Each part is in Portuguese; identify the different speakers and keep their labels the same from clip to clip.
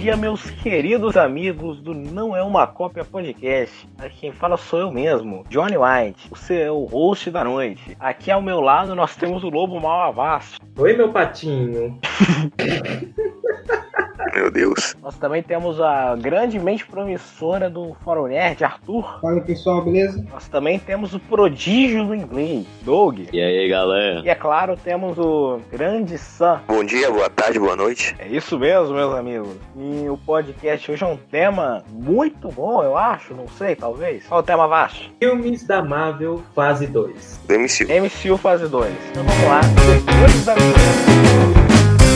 Speaker 1: dia, meus queridos amigos do Não É Uma Cópia Podcast. Aqui quem fala sou eu mesmo, Johnny White, é o seu host da noite. Aqui ao meu lado nós temos o Lobo Malavasso.
Speaker 2: Oi, meu patinho.
Speaker 3: Meu Deus.
Speaker 1: Nós também temos a grandemente promissora do Fórum Nerd, Arthur.
Speaker 4: Fala pessoal, beleza?
Speaker 1: Nós também temos o prodígio do inglês, Doug.
Speaker 5: E aí, galera?
Speaker 1: E é claro, temos o grande Sam.
Speaker 3: Bom dia, boa tarde, boa noite.
Speaker 1: É isso mesmo, meus amigos. E o podcast hoje é um tema muito bom, eu acho, não sei, talvez. Qual o tema, Vasco?
Speaker 2: Filmes da Marvel, fase 2.
Speaker 3: Do MCU.
Speaker 1: MCU fase 2. Então vamos lá. Depois da vinheta.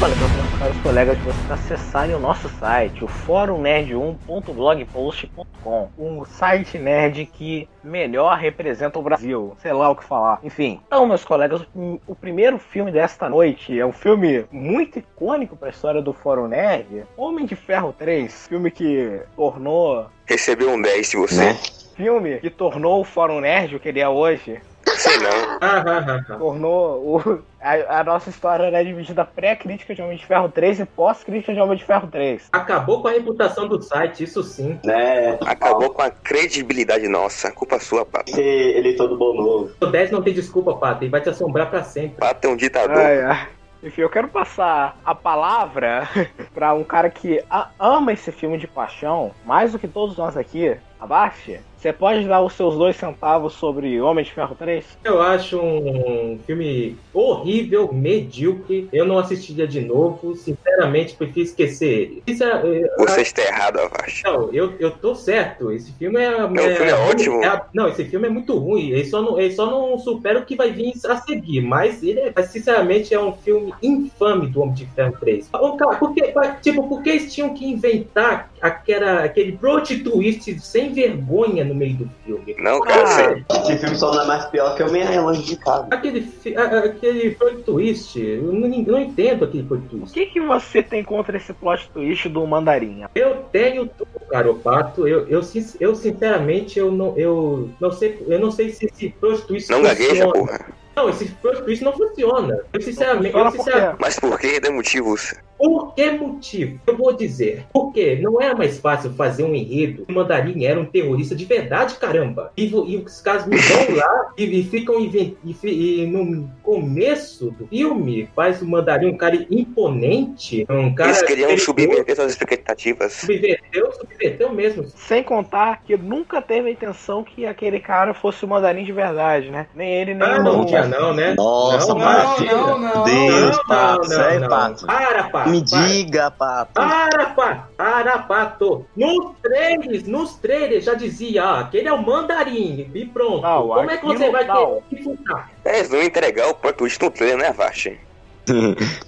Speaker 1: Olha, para os caros colegas de vocês acessarem o nosso site, o fórumnerd1.blogpost.com, um site nerd que melhor representa o Brasil, sei lá o que falar. Enfim, então, meus colegas, o- o primeiro filme desta noite é um filme muito icônico para a história do Fórum Nerd, Homem de Ferro 3, filme que tornou
Speaker 3: Recebeu um 10 de você?
Speaker 5: Né?
Speaker 1: filme que tornou o Fórum Nerd o que ele é hoje,
Speaker 3: Sei não.
Speaker 2: Ah, ah, ah, ah.
Speaker 1: tornou o- a, a nossa história era dividida pré-crítica de Homem de Ferro 3 e pós-crítica de Homem de Ferro 3.
Speaker 2: Acabou com a reputação do site, isso sim.
Speaker 5: Né?
Speaker 3: Acabou com a credibilidade nossa. Culpa sua, Pato.
Speaker 5: Esse eleitor do Bonovo.
Speaker 2: O 10 não tem desculpa, Pato, ele vai te assombrar pra sempre.
Speaker 3: Pato é um ditador.
Speaker 1: Ai, ai. Enfim, eu quero passar a palavra pra um cara que a- ama esse filme de paixão, mais do que todos nós aqui. Abaixo, você pode dar os seus dois centavos sobre Homem de Ferro 3?
Speaker 2: Eu acho um filme horrível, medíocre. Eu não assistiria de novo, sinceramente, prefiro esquecer ele. Isso é, é,
Speaker 3: Você está errado, Avash.
Speaker 2: Não, eu, eu tô certo. Esse filme é. Não,
Speaker 3: o filme é ótimo.
Speaker 2: não, esse filme é muito ruim. Ele só, não, ele só não supera o que vai vir a seguir. Mas ele é, mas, sinceramente, é um filme infame do Homem de Ferro 3. Ô, cara, por que, tipo, por que eles tinham que inventar aquela, aquele plot twist sem vergonha no meio do filme?
Speaker 3: Não, cara,
Speaker 1: Ah.
Speaker 3: você...
Speaker 5: Esse filme só não é mais pior que o Homem-Aranha longe de casa.
Speaker 2: Aquele, fi- a- a- aquele plot twist, eu não, não entendo aquele plot
Speaker 1: O
Speaker 2: twist.
Speaker 1: que, que você tem contra esse plot twist do Mandarinha?
Speaker 2: Eu tenho tudo, cara, o Pato. Eu, eu, sin- eu sinceramente, eu não, eu não sei, eu não sei se esse plot twist
Speaker 3: não gagueja,
Speaker 2: funciona.
Speaker 3: porra.
Speaker 2: Não, esse plot twist não funciona. Eu sinceramente,
Speaker 1: Fala
Speaker 2: eu
Speaker 1: por
Speaker 2: sinceramente,
Speaker 1: quê?
Speaker 3: Mas por que? Dê motivos.
Speaker 2: por que motivo? Eu vou dizer. Por quê? Não era mais fácil fazer um enredo. O mandarim era um terrorista de verdade, caramba. E, vo- e os caras me vão lá e, e ficam inven- e, fi- e no começo do filme faz o mandarim um cara imponente, um cara
Speaker 3: Eles queriam
Speaker 2: perigoso,
Speaker 3: submeter suas expectativas.
Speaker 2: subverteu, subverteu mesmo.
Speaker 1: Sem contar que nunca teve a intenção que aquele cara fosse o Mandarim de verdade, né? Nem ele, nem
Speaker 2: Ah,
Speaker 1: o
Speaker 2: não tinha não,
Speaker 5: É?
Speaker 2: né?
Speaker 5: Nossa,
Speaker 2: Não,
Speaker 5: Pato.
Speaker 2: não,
Speaker 4: não.
Speaker 5: Deus, é Pato. Sério, Pato.
Speaker 2: Para, Pato.
Speaker 5: Me
Speaker 2: para.
Speaker 5: diga, Pato.
Speaker 2: Arapato, Arapato. Nos trailers, nos trailers já dizia, ah, aquele é o mandarim. E pronto.
Speaker 1: Não,
Speaker 2: Como é
Speaker 1: aqui
Speaker 2: que você
Speaker 1: não
Speaker 2: vai
Speaker 1: dá, ó.
Speaker 2: ter que futar?
Speaker 3: É, eles vão entregar o plot twist no trailer, né, Avash?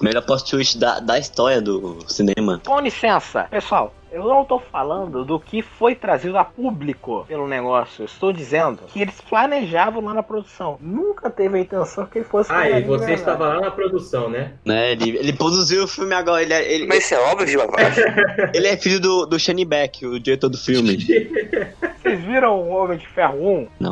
Speaker 5: Melhor post-twist da, da história do cinema.
Speaker 1: Com licença, pessoal, eu não tô falando do que foi trazido a público pelo negócio. Eu Estou dizendo que eles planejavam lá na produção. Nunca teve a intenção que ele fosse.
Speaker 2: Ah, e
Speaker 1: mandarim,
Speaker 2: você
Speaker 1: né?
Speaker 2: estava lá na produção, né?
Speaker 5: Né? Ele, ele produziu o filme agora. Ele, é- ele,
Speaker 3: Mas isso é óbvio, Avash.
Speaker 5: ele é filho do, do Shane Beck, o diretor do filme.
Speaker 1: Vocês viram o Homem de Ferro 1?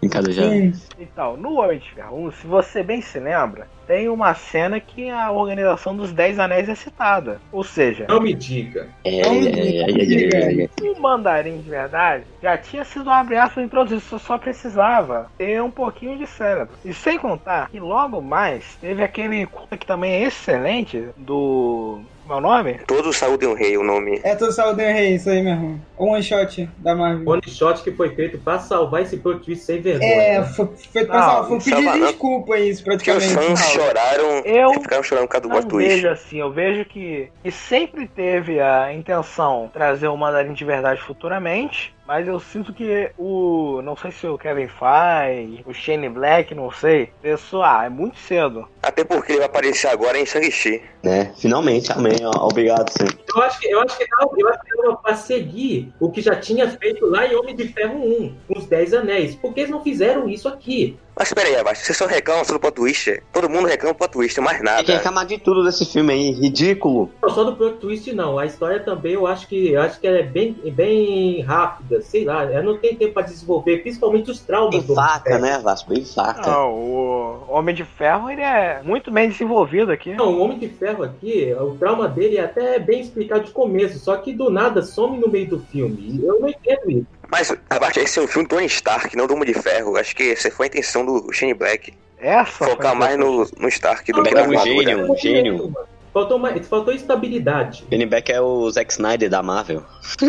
Speaker 5: Brincadeira já.
Speaker 1: Então, no Homem de Ferro 1, se você bem se lembra, tem uma cena que a organização dos Dez Anéis é citada. Ou seja,
Speaker 2: Não me diga.
Speaker 5: É, é, é, é, é, é, é.
Speaker 1: o mandarim de verdade já tinha sido abre aspas introduzido, só- só precisava ter um pouquinho de cérebro. E sem contar que logo mais teve aquele curta que também é excelente do. Como é o nome?
Speaker 3: Todo saúde um rei, o nome.
Speaker 4: É todo saúde é rei, isso aí mesmo. Um one shot da Marvel.
Speaker 2: One shot que foi feito pra salvar esse plot twist sem vergonha.
Speaker 4: É, foi, foi,
Speaker 1: Não,
Speaker 4: pessoal, foi pedir
Speaker 3: salva-
Speaker 4: desculpa aí, isso
Speaker 3: Que os
Speaker 4: praticamente.
Speaker 3: fãs choraram
Speaker 1: Eu
Speaker 3: e ficaram chorando por causa do
Speaker 1: Então, não
Speaker 3: plot twist.
Speaker 1: vejo assim, eu vejo que, que sempre teve a intenção de trazer o mandarim de verdade futuramente, Mas eu sinto que o. Não sei se o Kevin Feige, o Shane Black, não sei. Pensou, ah, é muito cedo.
Speaker 3: Até porque ele vai aparecer agora em Shang-Chi.
Speaker 5: Né? Finalmente, amém. ó. Obrigado, senhor.
Speaker 2: Eu acho que eu acho que não, eu acho que não pra seguir o que já tinha feito lá em Homem de Ferro 1, com os 10 anéis. Por que eles não fizeram isso aqui?
Speaker 3: Mas peraí, Abaixo, vocês só reclamam sobre o plot twist. Todo mundo reclama do plot twist, mais
Speaker 5: Tem É que
Speaker 3: nada.
Speaker 5: reclamar de tudo desse filme aí, ridículo.
Speaker 2: Não só do plot twist não, a história também eu acho que eu acho que ela é bem, bem rápida, sei lá, ela não tem tempo pra desenvolver, principalmente os traumas
Speaker 5: Bem
Speaker 2: do
Speaker 5: faca, né, Vasco? Bem
Speaker 3: É.
Speaker 5: faca.
Speaker 1: Não, o Homem de Ferro ele é muito bem desenvolvido aqui.
Speaker 2: Não, o Homem de Ferro aqui, o trauma dele é até bem explicado de começo, só que do nada some no meio do filme. Eu não entendo isso.
Speaker 3: Mas, Abaixo, esse é o filme do Tony Stark, não do Homem de Ferro. Acho que essa foi a intenção do Shane Black.
Speaker 1: Essa foi
Speaker 3: Focar
Speaker 1: a
Speaker 3: mais no, no Stark do
Speaker 2: Não,
Speaker 3: que na
Speaker 5: é um
Speaker 3: armadura.
Speaker 5: gênio. gênio.
Speaker 2: Faltou, mais, faltou estabilidade.
Speaker 5: Benny Beck é o Zack Snyder da Marvel.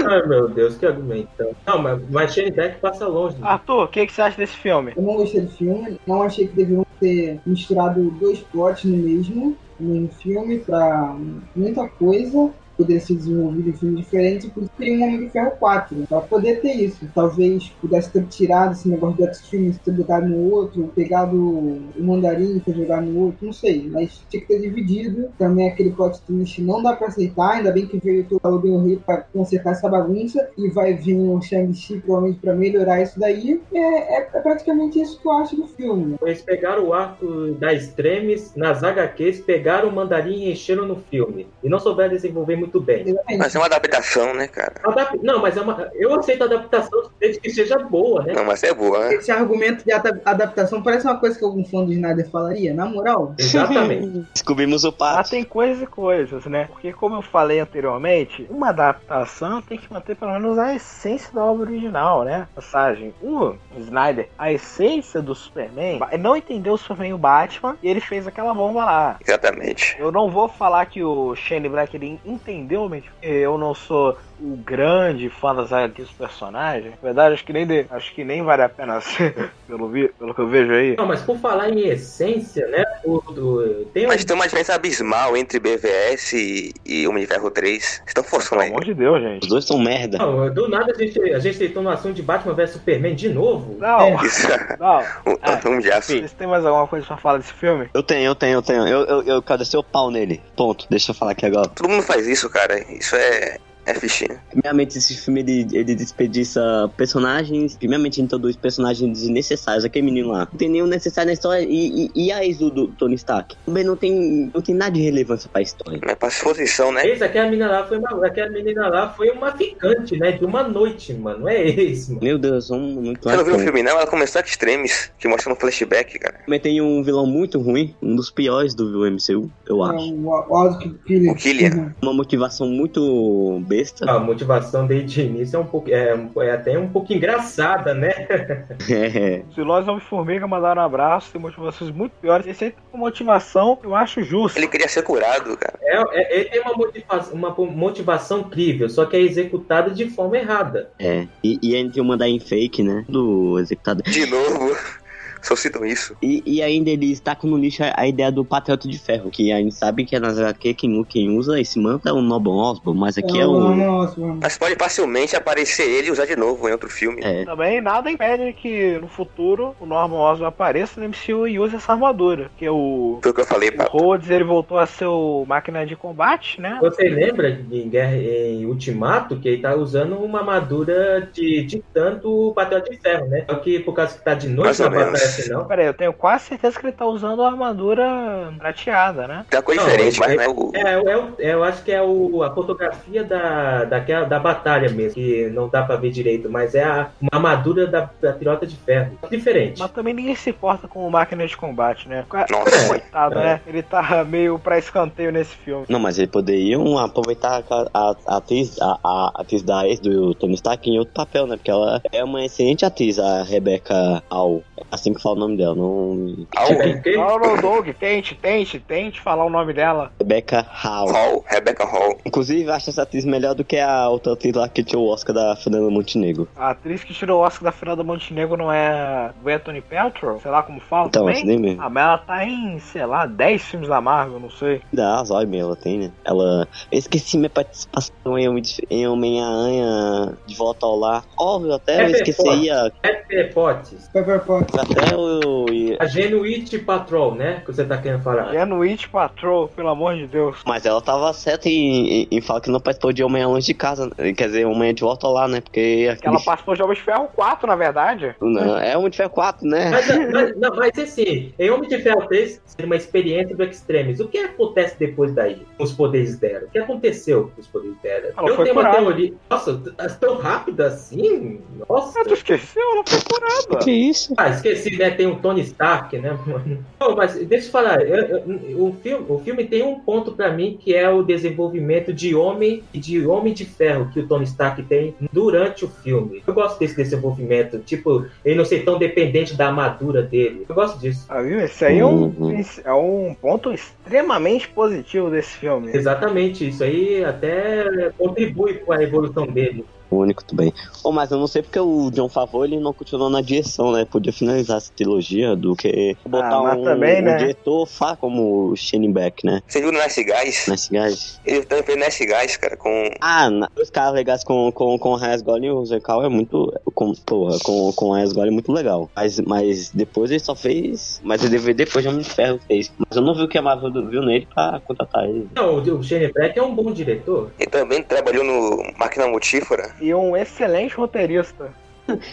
Speaker 2: Ai meu Deus, que argumento. Não, mas, mas Shane Black passa longe. né?
Speaker 1: Arthur, o que, que você acha desse filme?
Speaker 4: Eu não gostei do filme, não achei que deveriam ter misturado dois plots no mesmo, no mesmo filme, pra muita coisa poder ser desenvolvido em filmes diferentes, por isso tem um Homem de Ferro 4, pra poder ter isso. Talvez pudesse ter tirado esse negócio de outros filmes, ter botado no outro, pegado o Mandarim ter jogado no outro, não sei, mas tinha que ter dividido. Também aquele plot twist não dá pra aceitar, ainda bem que veio o Alden Rio pra consertar essa bagunça, e vai vir o Shang-Chi provavelmente pra melhorar isso daí. É, é- é praticamente isso que eu acho do filme.
Speaker 2: Eles pegaram o arco das Tremes nas HQs, pegaram o mandarim e encheram no filme. E não souberam desenvolver muito bem.
Speaker 3: Mas é uma adaptação, né, cara?
Speaker 2: Adap- Não, mas é uma- eu aceito a adaptação desde que seja boa, né?
Speaker 3: Não, mas é boa. né?
Speaker 4: Esse argumento de ada- adaptação parece uma coisa que algum fã do Snyder falaria, na moral.
Speaker 2: Exatamente.
Speaker 5: Descobrimos o
Speaker 1: Ah,
Speaker 5: pato.
Speaker 1: tem coisas e coisas, né? Porque como eu falei anteriormente, uma adaptação tem que manter pelo menos a essência da obra original, né? Passagem. O Snyder, a essência do Superman, ele não entendeu o Superman e o Batman e ele fez aquela bomba lá.
Speaker 3: Exatamente.
Speaker 1: Eu não vou falar que o Shane Black ele entendeu, mas eu não sou o grande fã das HQs dos personagens. Na verdade, acho que nem, de- acho que nem vale a pena ser, pelo, vi- pelo que eu vejo aí.
Speaker 2: Não, mas por falar em essência, né? O, o- tem um
Speaker 3: Mas tem uma diferença abismal entre BVS e, e Homem de Ferro 3. Vocês estão
Speaker 1: Pelo
Speaker 3: forçando aí.
Speaker 1: amor de Deus, gente.
Speaker 5: Os dois são merda.
Speaker 2: Não, do nada a gente, a gente entrou no assunto de Batman vs Superman de novo.
Speaker 1: Não,
Speaker 3: Isso é
Speaker 1: não.
Speaker 3: um, é um
Speaker 1: É,
Speaker 3: filme de aço.
Speaker 1: Vocês têm mais alguma coisa pra falar desse filme?
Speaker 5: Eu tenho, eu tenho, eu tenho. Eu, eu, eu quero descer o pau nele. Ponto. Deixa eu falar aqui agora.
Speaker 3: Todo mundo faz isso, cara. Isso é, é fichinha.
Speaker 5: Primeiramente, esse filme ele, ele desperdiça personagens. Primeiramente, introduz personagens desnecessários. Aquele menino lá. Não tem nenhum necessário na história. E, e, e a ex do, do Tony Stark? Também não tem, não tem nada de relevância pra história.
Speaker 3: Mas pra exposição, né?
Speaker 2: Esse, aquela menina lá foi uma, aquela menina lá foi uma ficante, né? De uma noite, mano. É isso, mano.
Speaker 5: Meu Deus, um, vamos muito
Speaker 3: Você não viu o
Speaker 5: longe.
Speaker 3: filme, não? Ela começou com extremes, que mostra no flashback, cara.
Speaker 5: Também tem um vilão muito ruim. Um dos piores do MCU, eu
Speaker 4: É,
Speaker 5: acho.
Speaker 4: o, o Aldrich Killian.
Speaker 3: O Killian.
Speaker 5: Uma motivação muito besta.
Speaker 2: A motivação dele de início é um pouco. É, um- é até um pouco engraçada, né?
Speaker 5: É.
Speaker 1: Silos e Homem-Formiga mandaram um abraço, tem motivações muito piores. Esse aí tem uma motivação que eu acho justa.
Speaker 3: Ele queria ser curado, cara.
Speaker 2: É, é- ele tem uma motivação, uma po- motivação crível, só que é executada de forma errada.
Speaker 5: É, e, e ainda tem o mandar em fake, né? Do executado.
Speaker 3: De novo. Só citam isso.
Speaker 5: E, e ainda ele está com no lixo a, a ideia do Patriota de Ferro, que a gente sabe que é nas HQ quem, quem usa esse manto é o Nobon Osborn, mas aqui é
Speaker 4: Não,
Speaker 5: o.
Speaker 4: não, não, não.
Speaker 3: Mas pode facilmente aparecer ele e usar de novo em outro filme.
Speaker 5: É,
Speaker 1: Também nada impede que no futuro o Norman Osborn apareça no MCU e use essa armadura. Porque o,
Speaker 3: Foi o que eu falei,
Speaker 1: o
Speaker 5: Ah.
Speaker 3: papo.
Speaker 1: Rhodes ele voltou a ser o máquina de combate, né?
Speaker 2: Você lembra em, Guerra- em Ultimato que ele tá usando uma armadura de, de tanto papel de ferro, né? Só que por causa que tá de
Speaker 3: Mais
Speaker 2: noite,
Speaker 3: ou
Speaker 2: não
Speaker 3: menos.
Speaker 2: aparece, não.
Speaker 5: Uhum.
Speaker 1: Peraí, eu tenho quase certeza que ele tá usando a armadura prateada, né?
Speaker 3: Tem uma coisa
Speaker 2: Não,
Speaker 3: diferente,
Speaker 2: ele-
Speaker 3: mas não é o.
Speaker 2: É, eu, eu, eu acho que é o, a fotografia da, daquela, da batalha mesmo, que não dá pra ver direito, mas é a, uma armadura da, da tirota de ferro. Diferente.
Speaker 1: Mas também ninguém se importa com o máquina de combate, né? Ca-
Speaker 3: Nossa.
Speaker 1: Coitado,
Speaker 5: É.
Speaker 1: né? Ele tá meio pra escanteio nesse filme.
Speaker 5: não, mas eles poderiam aproveitar a, a- a atriz, a, a atriz da ex do Tony Stark em outro papel, né? Porque ela é uma excelente atriz, a Rebecca Al. assim que fala o nome dela, não.
Speaker 3: Hall,
Speaker 2: Rebecca
Speaker 1: Não, não, Doug, tente, tente, tente falar o nome dela.
Speaker 5: Rebecca Hall.
Speaker 3: Hall, Rebecca Hall.
Speaker 5: Inclusive, eu acho essa atriz melhor do que a outra atriz lá que tinha o Oscar da Fernanda Montenegro.
Speaker 1: A atriz que tirou o Oscar da final do Montenegro não é Gwyneth Paltrow? Sei lá como fala
Speaker 5: Então,
Speaker 1: também?
Speaker 5: assim nem mesmo.
Speaker 1: Ah, mas ela tá em, sei lá, 10 filmes da Marvel, não sei.
Speaker 5: Da Azói mesmo, ela tem, né? Ela. Eu esqueci minha participação em Homem- em Homem-Aranha de volta ao lar. Óbvio, até eu
Speaker 2: É,
Speaker 5: esqueceria.
Speaker 2: Pepper Potts.
Speaker 4: Pepper Potts.
Speaker 5: Até eu. e-
Speaker 2: A Genuit Patrol, né? Que você tá querendo falar.
Speaker 1: É no It Patrol, pelo amor de Deus.
Speaker 5: Mas ela tava certa em, em, em falar que não participou de Homem-Aranha longe de casa. né? Quer dizer, Homem-Aranha de volta ao lar, né? Porque.
Speaker 1: Que Ela participou de Homem de Ferro 4, na verdade.
Speaker 5: Não, é Homem de Ferro 4, né?
Speaker 2: Mas, mas, não, mas assim, em Homem de Ferro 3 seria uma experiência do Extremis. O que acontece depois daí com os poderes dela? O que aconteceu com os poderes dela?
Speaker 1: Ela foi curada.
Speaker 2: teoria. Nossa, t- tão rápido assim? Nossa.
Speaker 1: Ah, tu esqueceu? Ela foi curada.
Speaker 5: Que isso?
Speaker 2: Ah, esqueci, né? Tem o Tony Stark, né, mano? Não, mas deixa eu falar. eu- eu- o, filme, o filme tem um ponto pra mim que é o desenvolvimento de homem e de homem de ferro que o Tony Stark tem durante o filme. Eu gosto desse desenvolvimento. Tipo, ele não ser tão dependente da armadura dele. Eu gosto disso.
Speaker 1: Ah, viu? Esse aí é um,
Speaker 5: Uhum.
Speaker 1: esse é um ponto extremamente positivo desse filme.
Speaker 2: Exatamente, isso aí até contribui com a evolução dele.
Speaker 5: O único, tudo bem. Oh, mas eu não sei porque o John Favreau ele não continuou na direção, né? Podia finalizar essa trilogia do que botar
Speaker 1: Ah, mas
Speaker 5: um,
Speaker 1: também,
Speaker 5: um
Speaker 1: né?
Speaker 5: diretor fá como o Shane Beck, né?
Speaker 3: Você viu no Nice Guys?
Speaker 5: Nice Guys.
Speaker 3: Ele também fez Nice Guys, cara, com.
Speaker 5: Ah, na- os caras legais com, com, com o Reyes Gole e o Zecal é muito. Com, porra, com, com o Reyes Gole é muito legal. Mas, mas depois ele só fez. Mas ele deve- depois já me ferro fez. Mas eu não vi o que a Marvel do- viu nele pra contratar ele.
Speaker 2: Não, o Shane Black é um bom diretor.
Speaker 3: Ele também trabalhou no Máquina Multífera.
Speaker 1: E um excelente roteirista.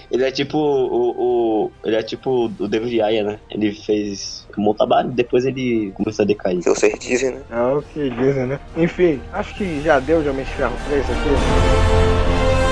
Speaker 5: Ele é tipo o. o- ele é tipo o David Ayer, né? Ele fez um bom trabalho depois ele começou a decair.
Speaker 3: Que vocês dizem, né?
Speaker 1: É o que dizem, né? Enfim, acho que já deu de Homem de Ferro 3 aqui.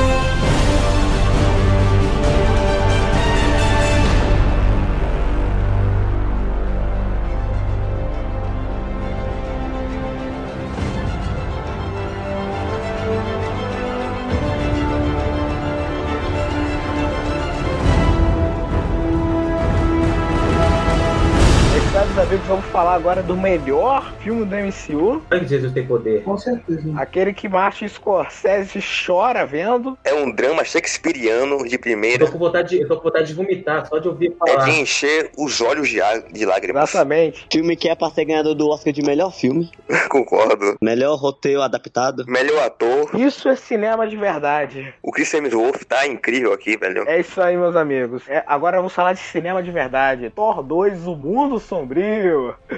Speaker 1: Mas, Caros amigos, vamos falar agora do melhor filme do MCU.
Speaker 2: Olha que Jesus tem poder.
Speaker 4: Com certeza.
Speaker 1: Aquele que Martin Scorsese chora vendo.
Speaker 3: É um drama shakespeariano de
Speaker 2: Eu tô
Speaker 3: primeira.
Speaker 2: com vontade de, eu tô com vontade de vomitar, só de ouvir
Speaker 3: É
Speaker 2: falar.
Speaker 3: de encher os olhos de, á- de lágrimas.
Speaker 1: Exatamente.
Speaker 5: Filme que é pra ser ganhador do Oscar de melhor filme,
Speaker 3: Concordo.
Speaker 5: melhor roteiro adaptado.
Speaker 3: Melhor ator.
Speaker 1: Isso é cinema de verdade.
Speaker 3: O Chris Hemsworth tá incrível aqui, velho.
Speaker 1: É isso aí, meus amigos. É, agora vamos falar de cinema de verdade. Thor 2, O Mundo Sombrio.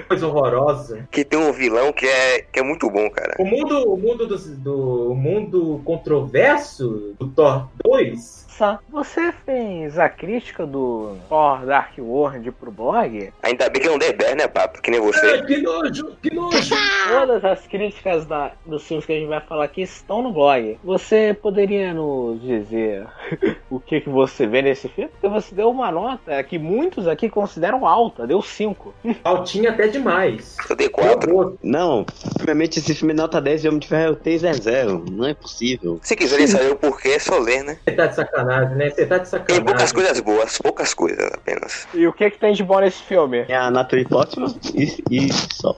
Speaker 2: Coisa horrorosa.
Speaker 3: Que tem um vilão que é, que é muito bom, cara.
Speaker 2: O mundo, o mundo dos- do, o mundo controverso do Thor 2.
Speaker 1: Sam, Você fez a crítica do Thor Dark World pro blog?
Speaker 3: Ainda bem que não dei 10, né, papo? Que nem você.
Speaker 2: Ah, que nojo, que nojo.
Speaker 1: Todas as críticas da- dos filmes que a gente vai falar aqui estão no blog. Você poderia nos dizer o que, que você vê nesse filme? Porque você deu uma nota que muitos aqui consideram alta, deu 5.
Speaker 2: Altinha até demais.
Speaker 3: Eu dei 4.
Speaker 2: Meu Deus,
Speaker 5: Não, primeiramente esse filme é nota 10 e Homem de Ferro 3 é 0. Não é possível.
Speaker 3: Se quiserem saber o porquê, é só ler, né?
Speaker 2: Você tá de sacanagem, né? Você tá de
Speaker 3: Tem poucas
Speaker 2: sacanagem.
Speaker 3: coisas boas, poucas coisas apenas.
Speaker 1: E o que, que tem de bom nesse filme?
Speaker 5: É a Natalie Portman e, e só.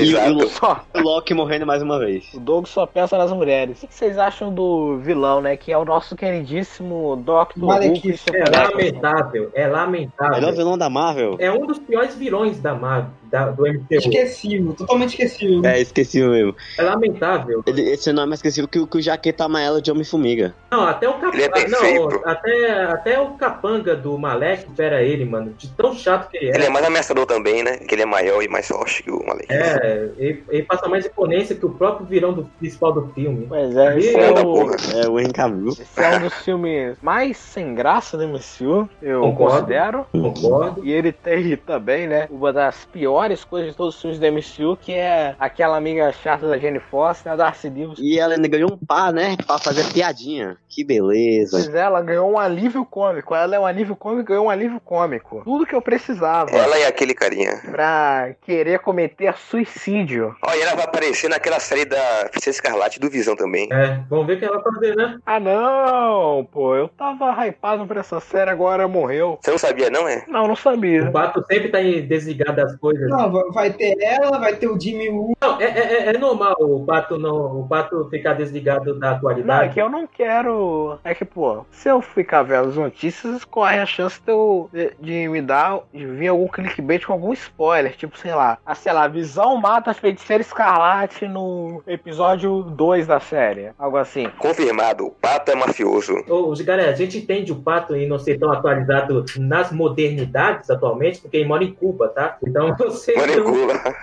Speaker 5: E o,
Speaker 3: Exato.
Speaker 1: Só.
Speaker 5: o Loki morrendo mais uma vez.
Speaker 1: O Doug só pensa nas mulheres. O que vocês acham do vilão, né? Que é o nosso queridíssimo Dr.
Speaker 4: Malekith.
Speaker 1: Christopher
Speaker 2: É
Speaker 1: Eccleston.
Speaker 2: lamentável, é
Speaker 1: Ah,
Speaker 5: Melhor
Speaker 2: lamentável.
Speaker 5: vilão da Marvel.
Speaker 2: É um dos piores vilões da, Marvel, da- do MCU.
Speaker 4: Esquecível, totalmente esquecível.
Speaker 5: É, esquecível mesmo.
Speaker 2: É lamentável.
Speaker 5: Ele, esse nome é esquecível que, o- que o Jaqueta Amarela de Homem-Formiga.
Speaker 2: Não, até o
Speaker 3: Ele é
Speaker 2: capanga.
Speaker 3: perfeito.
Speaker 2: não, até, até o capanga do Malek fera ele, mano. De tão chato que ele
Speaker 3: Ele
Speaker 2: é.
Speaker 3: é mais ameaçador também, né? Que ele é maior e mais forte que o Malek.
Speaker 2: É, ele, ele passa mais imponência que o próprio vilão do, principal do filme.
Speaker 1: Pois é, esse é,
Speaker 3: Eita,
Speaker 1: o,
Speaker 3: porra.
Speaker 5: É o Henry Cavill.
Speaker 1: esse é um dos filmes mais sem graça do MCU, eu
Speaker 2: Concordo.
Speaker 1: considero.
Speaker 2: Concordo.
Speaker 1: E ele tem também, né, uma das piores coisas de todos os filmes do MCU, que é aquela amiga chata da Jane Foster, a Darcy Divos.
Speaker 5: E ela ainda ganhou um par, né? Pra fazer piadinha. Que beleza.
Speaker 1: Pois é, ela ganhou um alívio cômico. Ela é um alívio cômico, ganhou um alívio cômico. Tudo que eu precisava
Speaker 3: Ela e aquele carinha.
Speaker 1: pra querer cometer suicídio.
Speaker 3: Olha, ela vai aparecer naquela série da Princesa Escarlate do Visão também.
Speaker 2: É, vamos ver o que ela vai fazer, né?
Speaker 1: Ah não, pô, eu tava hypado pra essa série, agora morreu.
Speaker 3: Você não sabia, não é?
Speaker 1: Não, não sabia.
Speaker 2: O Pato sempre tá em- desligado das coisas.
Speaker 4: Não, va- vai ter ela, vai ter o Jimmy Woo.
Speaker 2: Não, é, é- é- é normal o Pato, não, o Pato ficar desligado
Speaker 1: Não,
Speaker 2: da
Speaker 1: é
Speaker 2: atualidade.
Speaker 1: que eu não quero. É que, pô, se eu ficar vendo as notícias, corre a chance de, eu, de, de me dar. de vir algum clickbait com algum spoiler. Tipo, sei lá. Ah, sei lá, Visão mata a feiticeira escarlate no episódio 2 da série. Algo assim.
Speaker 3: Confirmado, o pato é mafioso.
Speaker 2: Ô, galera, a gente entende o Pato em não ser tão atualizado nas modernidades atualmente, porque ele mora em Cuba, tá? Então eu sei que eu-
Speaker 3: Manecula.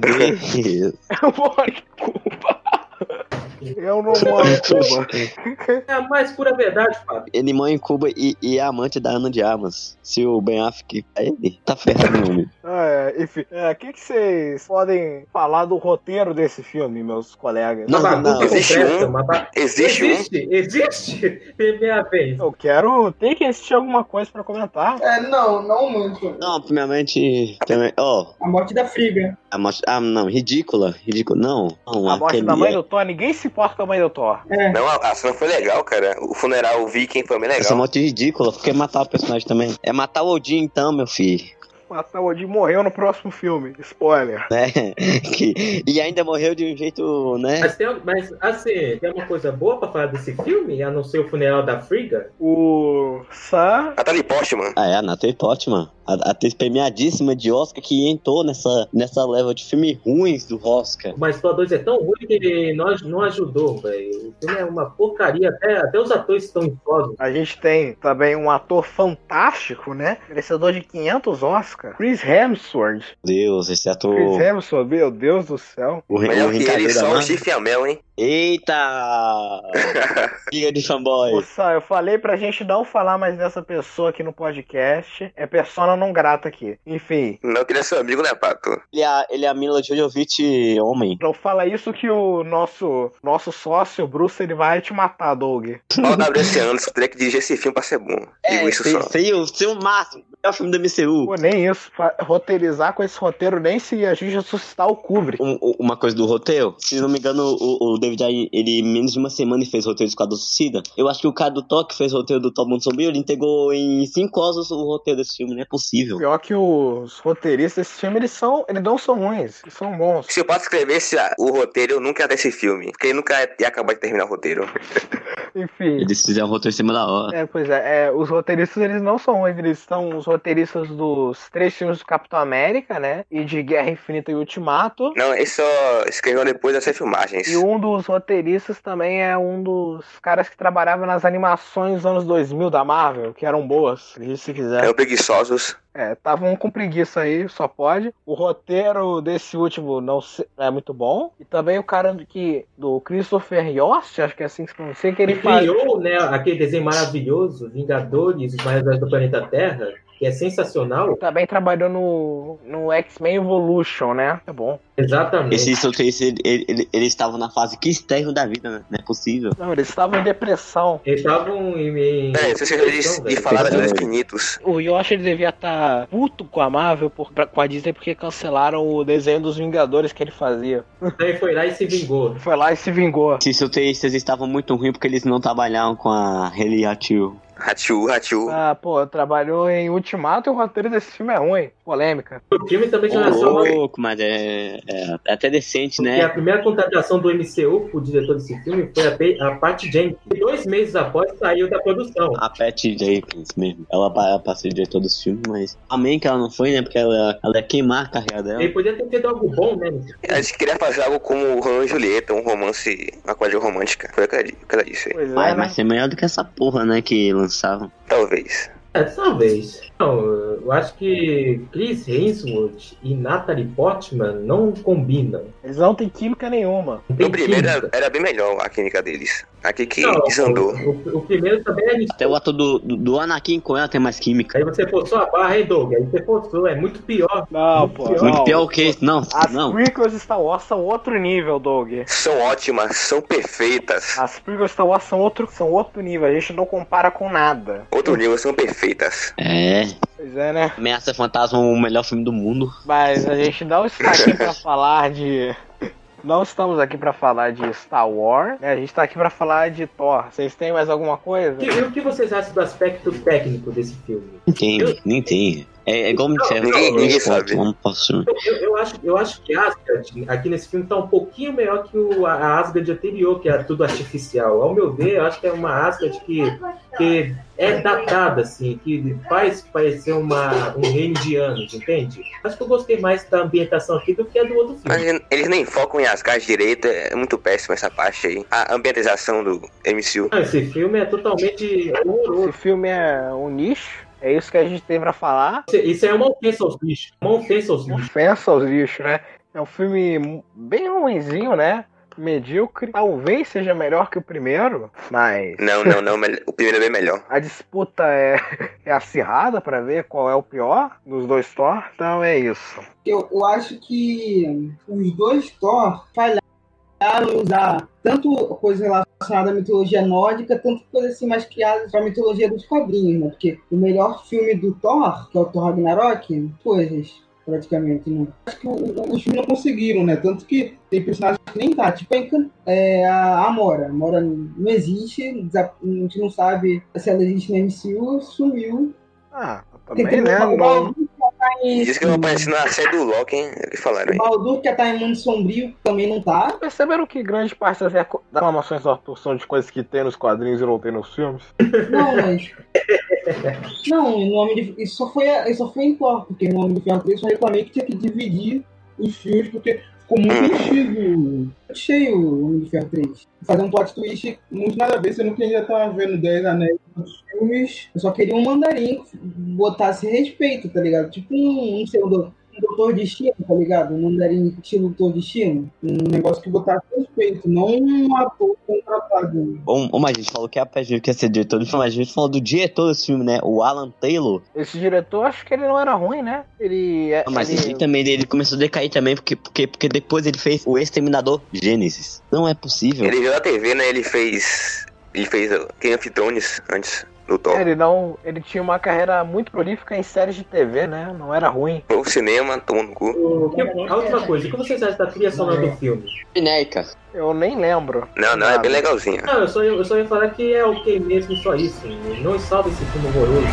Speaker 5: Deus.
Speaker 1: Eu moro em Cuba. Eu não moro em Cuba.
Speaker 2: é a mais pura verdade, Pato.
Speaker 5: Ele mora em Cuba e, e é amante da Ana de Armas. Se o Ben Affleck é ele, tá ferrado meu amigo.
Speaker 1: É, enfim. O que, que vocês podem falar do roteiro desse filme, meus colegas?
Speaker 5: Não,
Speaker 2: Uma bagunça
Speaker 5: não,
Speaker 3: existe
Speaker 2: completa,
Speaker 3: um.
Speaker 2: uma ba-
Speaker 3: Existe um.
Speaker 2: Existe, existe. Primeira vez.
Speaker 1: Eu quero. Tem que existir alguma coisa pra comentar.
Speaker 4: É, não, não muito.
Speaker 5: Não, primeiramente. primeiramente- Ó,
Speaker 4: A morte da Friga.
Speaker 5: a morte. Ah, não, ridícula. Ridícula. Não. não
Speaker 1: A morte
Speaker 5: aquele
Speaker 1: da mãe
Speaker 5: é-
Speaker 1: do Thor, ninguém se importa com a mãe do Thor.
Speaker 4: É.
Speaker 3: um? Não, a a cena foi legal, cara. O funeral viking foi bem
Speaker 5: Essa
Speaker 3: legal.
Speaker 5: morte é ridícula, porque matar o personagem também. É matar o Odin então, meu filho.
Speaker 1: Matar o Odin morreu no próximo filme. Spoiler.
Speaker 5: Né? Que- E ainda morreu de um jeito, né?
Speaker 2: Mas, tem, mas, assim, tem uma coisa boa pra falar desse filme, a não ser o funeral da Friga?
Speaker 1: O Sam.
Speaker 3: Natalie Portman.
Speaker 5: Ah, é, a Natalie Portman, a atriz premiadíssima de Oscar que entrou nessa, nessa leva de filmes ruins do Oscar.
Speaker 2: Mas Thor 2 é tão ruim que nós não ajudou, velho. O filme é uma porcaria, até, até os atores estão em fogo.
Speaker 1: A gente tem também um ator fantástico, né? Merecedor de 500 Oscars. Chris Hemsworth.
Speaker 5: Deus, esse ator.
Speaker 1: Chris Hemsworth, meu Deus do céu.
Speaker 5: O, o
Speaker 3: Melhor que ele,
Speaker 5: Ricardo da
Speaker 3: só é o
Speaker 5: Mar-
Speaker 3: Steve Amell, hein?
Speaker 5: Eita! Diga de
Speaker 1: Ô,
Speaker 5: fanboy.
Speaker 1: Sam, eu falei pra gente não falar mais dessa pessoa aqui no podcast. É persona não grata aqui. Enfim.
Speaker 3: Não queria ser amigo, né, Pato?
Speaker 5: Ele é, a- ele é a Mila Jojovic homem.
Speaker 1: Não fala isso que o nosso nosso sócio, Bruce, ele vai te matar, Doug.
Speaker 3: Paulo W.C. Anderson teria que dirigir esse filme pra ser bom.
Speaker 2: É,
Speaker 3: Digo isso
Speaker 5: sei,
Speaker 3: só.
Speaker 5: sei o seu máximo. É o filme do MCU.
Speaker 1: Pô, nem isso. Fa- Roteirizar com esse roteiro nem se a gente ressuscitar o Kubrick.
Speaker 5: Um- um- uma coisa do roteiro. Se não me engano, o, o David Ayer, ele em menos de uma semana ele fez roteiro de Esquadrão Suicida. Eu acho que o cara do Toque fez roteiro do Todo Mundo Sombrio, ele entregou em cinco horas o roteiro desse filme, não é possível.
Speaker 1: Pior que os roteiristas desse filme, eles são. Eles não são ruins, eles são bons.
Speaker 3: Se o Pato escrevesse ah, o roteiro, eu nunca ia ter esse filme. Porque ele nunca ia acabar de terminar o roteiro.
Speaker 1: Enfim.
Speaker 5: Eles fizeram um roteiro em cima da hora.
Speaker 1: É, pois é, é, os roteiristas eles não são ruins, eles são os roteiristas dos três filmes do Capitão América, né? E de Guerra Infinita e Ultimato.
Speaker 3: Não, ele só escreveu depois dessas filmagens.
Speaker 1: E um dos roteiristas também é um dos caras que trabalhava nas animações dos anos 2000 da Marvel, que eram boas, se quiser.
Speaker 3: Eram preguiçosos.
Speaker 1: É, estavam com preguiça aí, só pode. O roteiro desse último não se- não é muito bom. E também o cara do que do Christopher Yost, acho que é assim que se pronuncia, que ele
Speaker 2: Ele
Speaker 1: faz.
Speaker 2: criou, né, aquele desenho maravilhoso, Vingadores, os maiores heróis do planeta Terra, que é sensacional.
Speaker 1: Também trabalhou no, no X-Men Evolution, né? É bom.
Speaker 2: Exatamente.
Speaker 5: Esses roteiristas, ele- ele- ele- eles estavam na fase que externo da vida, né? Não é possível.
Speaker 1: Não, eles estavam em depressão.
Speaker 2: Eles estavam em... em...
Speaker 3: É, você escreveu de, de falar
Speaker 2: Então,
Speaker 3: das Jogos Infinitos.
Speaker 1: O Yoshi ele devia estar puto com a Marvel, por, pra- com a Disney, porque cancelaram o desenho dos Vingadores que ele fazia.
Speaker 2: Aí foi lá e se vingou.
Speaker 1: Foi lá e se vingou.
Speaker 5: Esses roteiristas estavam muito ruins porque eles não trabalharam com a Reliatil.
Speaker 3: Hachu, Hachu.
Speaker 1: Ah, pô, trabalhou em Ultimato e o roteiro desse filme é ruim. Polêmica.
Speaker 2: O filme também
Speaker 5: Ô,
Speaker 2: já lançou uma
Speaker 5: louco, mas é, é- é até decente,
Speaker 2: Porque
Speaker 5: né?
Speaker 2: a primeira contratação do MCU pro diretor desse filme foi a, Pe- a Pat Jenkins. que Dois meses após saiu da produção.
Speaker 5: A Pat Jenkins mesmo. Ela pa- passa de diretor dos filmes, mas. Amém que ela não foi, né? Porque ela, ela é quem marca a carreira dela.
Speaker 2: Ele podia ter feito algo bom, né? nesse filme.
Speaker 3: A gente queria fazer algo como Romeo e Julieta, um romance, uma comédia romântica. Foi o que ela, di- o que ela disse.
Speaker 1: Pois é,
Speaker 5: Mas
Speaker 1: né?
Speaker 5: vai ser melhor do que essa porra, né? Que lançavam.
Speaker 3: Talvez.
Speaker 2: É, talvez. Não, eu acho que Chris Hemsworth e Natalie Portman não combinam.
Speaker 1: Eles não têm química nenhuma.
Speaker 2: Não tem
Speaker 3: No primeiro
Speaker 2: química.
Speaker 3: era, era bem melhor a clínica deles. Aqui que
Speaker 2: Não,
Speaker 3: desandou.
Speaker 2: O, o primeiro também é
Speaker 5: Até o ator do, do, do Anakin com ela tem mais química.
Speaker 2: Aí você forçou a barra, hein, Doug? Aí você forçou, é muito pior.
Speaker 1: Não, pô.
Speaker 2: Muito
Speaker 5: Muito
Speaker 1: não.
Speaker 5: pior que isso. Não,
Speaker 1: As
Speaker 5: não.
Speaker 1: prequels de Star Wars são outro nível, Doug.
Speaker 3: São ótimas, são perfeitas.
Speaker 1: As prequels de Star Wars são outro, são outro nível. A gente não compara com nada.
Speaker 3: Outro nível são perfeitas.
Speaker 5: É.
Speaker 1: Pois é, né?
Speaker 5: Ameaça Fantasma, o melhor filme do mundo.
Speaker 1: Mas a gente não está aqui pra falar de. Não estamos aqui pra falar de Star Wars, né? A gente tá aqui pra falar de Thor. Vocês têm mais alguma coisa?
Speaker 2: E, e o que vocês acham do aspecto técnico desse filme?
Speaker 5: Nem tem, nem tem. É, é igual né, me disseram.
Speaker 3: Ninguém-
Speaker 5: dois
Speaker 3: ninguém
Speaker 5: pontos,
Speaker 3: sabe.
Speaker 5: Vamos pro filme.
Speaker 2: Eu, eu- eu acho, eu acho que Asgard, aqui nesse filme, tá um pouquinho melhor que o, a- a Asgard anterior, que era tudo artificial. Ao meu ver, eu acho que é uma Asgard que, que é datada, assim, que faz parecer uma, um reino de anos, entende? Acho que eu gostei mais da ambientação aqui do que a do outro
Speaker 3: Mas
Speaker 2: filme.
Speaker 3: eles nem focam em Asgard direito, é muito péssimo essa parte aí. A ambientalização do MCU.
Speaker 2: Não, esse filme é totalmente horroroso.
Speaker 1: Esse filme é um nicho. É isso que a gente tem pra falar.
Speaker 2: Isso- Isso é uma ofensa aos bichos. Uma ofensa
Speaker 1: Um
Speaker 2: aos bichos.
Speaker 1: Ofensa aos lixos, né? É um filme bem ruinzinho, né? Medíocre. Talvez seja melhor que o primeiro, mas.
Speaker 3: Não, não, não. mel- O primeiro é bem melhor.
Speaker 1: A disputa é, é acirrada pra ver qual é o pior dos dois Thor. Então é isso.
Speaker 4: Eu, eu acho que os dois Thor falharam em usar tanto coisa relacionada à mitologia nórdica, tanto coisa assim mais criada para a mitologia dos quadrinhos, né? Porque o melhor filme do Thor, que é o Thor Ragnarok, coisas, praticamente, né? Acho que o- o- os filmes não conseguiram, né? Tanto que tem personagens que nem tá, tipo a Encan- é, a Amora. A Amora não existe, desa- a gente não sabe se ela existe na MCU, sumiu.
Speaker 1: Ah,
Speaker 4: Tem
Speaker 1: também, né?
Speaker 4: o
Speaker 1: Não,
Speaker 4: Baldur, que tá em-
Speaker 3: Diz que não aparece na série do Loki, hein? É o que falaram
Speaker 4: o
Speaker 3: aí.
Speaker 4: Baldur que tá em Mundo Sombrio também não tá.
Speaker 1: perceberam que grande parte das reco- das reclamações do Arthur são de coisas que tem nos quadrinhos e não tem nos filmes?
Speaker 4: Não, mas. Não, o nome de... isso, só foi, isso só foi em Thor, porque no nome do Ferro 3 eu reclamei que tinha que dividir os fios, porque ficou muito enchido. Muito cheio o Homem de Ferro 3. Fazer um plot twist muito nada a ver, sendo que ainda tava vendo 10 anéis dos filmes. Eu só queria um mandarim que botasse respeito, tá ligado? Tipo um, um segundo. Um doutor destino, tá ligado? Um mandarim estilo doutor destino. Um negócio que botasse respeito, não um ator contratado.
Speaker 5: Ou, ou mais, a gente falou que a Pedro quer ser diretor do filme, mas a gente falou do diretor desse filme, né? O Alan Taylor.
Speaker 1: Esse diretor, acho que ele não era ruim, né? Ele. é-
Speaker 5: Ah, Mas ele
Speaker 1: ele...
Speaker 5: também ele começou a decair também, porque, porque, porque depois ele fez o Exterminador Gênesis. Não é possível.
Speaker 3: Ele veio na TV, né? Ele fez. Ele fez o Game of Thrones antes do Thor.
Speaker 1: ele não. Ele tinha uma carreira muito prolífica em séries de TV, né? Não era ruim.
Speaker 3: Foi o cinema, tomou no cu.
Speaker 2: O que- a última coisa, o que vocês acham da trilha sonora do filme?
Speaker 5: é Genérica.
Speaker 1: Eu nem lembro.
Speaker 3: Não, não, é bem legalzinho.
Speaker 2: Não, eu só, eu só ia falar que é ok mesmo, só isso. Não salva esse filme horroroso.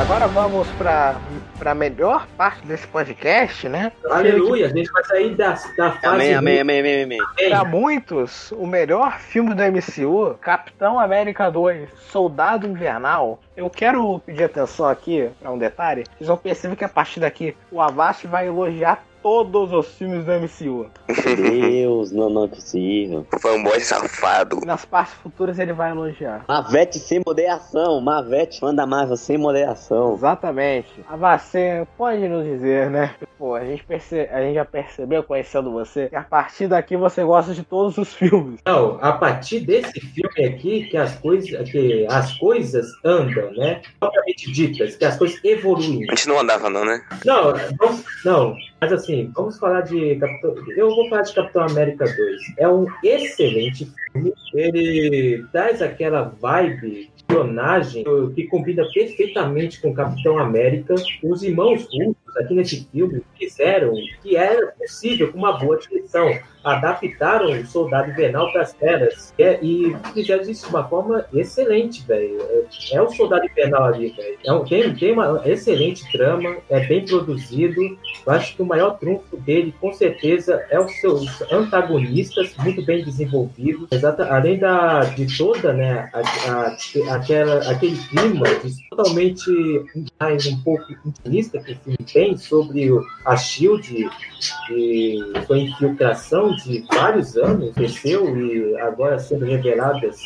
Speaker 1: Agora vamos pra, pra melhor parte desse podcast, né?
Speaker 2: Aleluia, a gente vai sair da, da fase.
Speaker 5: Amém, amém, amém, amém, amém.
Speaker 2: ruim.
Speaker 1: Pra muitos, o melhor filme do MCU, Capitão América 2, Soldado Invernal. Eu quero pedir atenção aqui pra um detalhe. Vocês vão perceber que a partir daqui o Avast vai elogiar todos os filmes do MCU.
Speaker 5: Deus, não, não é possível.
Speaker 3: Fanboy um safado.
Speaker 1: Nas partes futuras ele vai elogiar.
Speaker 5: Mavete sem moderação. Mavete manda Marvel sem moderação.
Speaker 1: Exatamente. A você pode nos dizer, né? Pô, a gente, perce- a gente já percebeu, conhecendo você, que a partir daqui você gosta de todos os filmes.
Speaker 2: Não, a partir desse filme aqui que as coisas, que as coisas andam, né? Propriamente ditas, que as coisas evoluem.
Speaker 3: A gente não andava, não, né?
Speaker 2: Não, vamos- não, mas assim, vamos falar de Capitão. Eu vou falar de Capitão América 2. É um excelente filme. Ele traz aquela vibe de espionagem que combina perfeitamente com Capitão América. Os irmãos russos aqui nesse filme fizeram o que era possível com uma boa direção. adaptaram o Soldado Invernal para as telas. É, e fizeram isso de uma forma excelente, velho. É, é o Soldado Invernal ali, velho. É um- tem, tem uma excelente trama, é bem produzido. Eu acho que o maior trunfo dele, com certeza, é os seus antagonistas, muito bem desenvolvidos. Exata, além da, de toda, né, a- a- aquela, aquele clima de- totalmente mais um pouco intimista que o filme tem sobre o- a SHIELD e sua infiltração de vários anos, cresceu e agora sendo reveladas,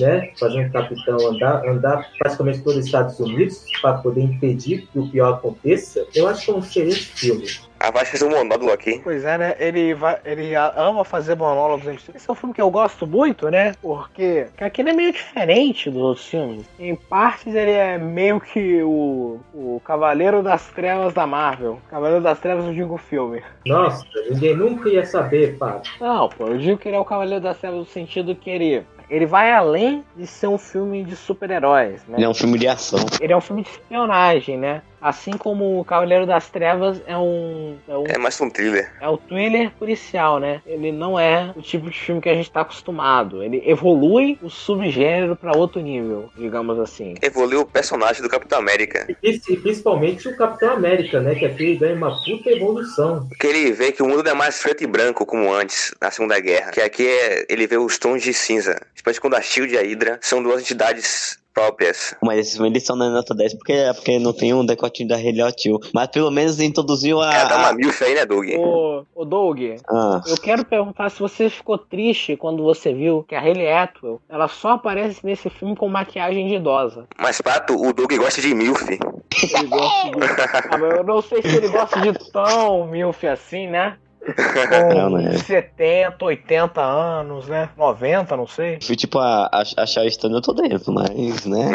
Speaker 2: né, fazendo o capitão andar, andar praticamente todos os Estados Unidos para poder impedir que o pior aconteça, eu acho que é um excelente filme.
Speaker 3: A Vasco fez um monólogo aqui.
Speaker 1: Pois é, né? Ele, vai, ele a- ama fazer monólogos. antes. Esse é um filme que eu gosto muito, né? Porque aquele é meio diferente dos outros filmes. Em partes, ele é meio que o, o Cavaleiro das Trevas da Marvel. Cavaleiro das Trevas, eu digo o filme.
Speaker 2: Nossa, ninguém nunca ia saber, pá.
Speaker 1: Não, pô, eu digo que ele é o Cavaleiro das Trevas no sentido que ele, ele vai além de ser um filme de super-heróis, né?
Speaker 5: Ele é um filme de ação.
Speaker 1: Ele é um filme de espionagem, né? Assim como o Cavaleiro das Trevas é um, é um
Speaker 3: É mais um thriller.
Speaker 1: É o thriller policial, né? Ele não é o tipo de filme que a gente tá acostumado. Ele evolui o subgênero pra outro nível, digamos assim.
Speaker 3: Evoluiu o personagem do Capitão América.
Speaker 2: E pris- e principalmente o Capitão América, né, que aqui ganha uma puta evolução.
Speaker 3: Que ele vê que o mundo não é mais preto e branco como antes, na Segunda Guerra. Que aqui é, ele vê os tons de cinza. Especialmente quando a Shield e a Hydra são duas entidades próprias.
Speaker 5: Mas esse filme ele só não é nota 10 porque, porque não tem um decotinho da Haley Atwell. Mas pelo menos introduziu a.
Speaker 3: Ela dá uma
Speaker 5: a-
Speaker 3: milf aí, né, Doug?
Speaker 5: É.
Speaker 1: Ô, ô Doug,
Speaker 5: Ah,
Speaker 1: eu quero perguntar se você ficou triste quando você viu que a Hayley Atwell, ela só aparece nesse filme com maquiagem de idosa.
Speaker 3: Mas, Pato, o Doug gosta de milf.
Speaker 1: Ele gosta de... Ah, mas eu não sei se ele gosta de tão milf assim, né?
Speaker 5: Não, não
Speaker 1: Com
Speaker 5: é.
Speaker 1: 70, 80 anos, né? 90, não sei.
Speaker 5: fui tipo a, a, a Charleston, eu tô dentro, mas, né?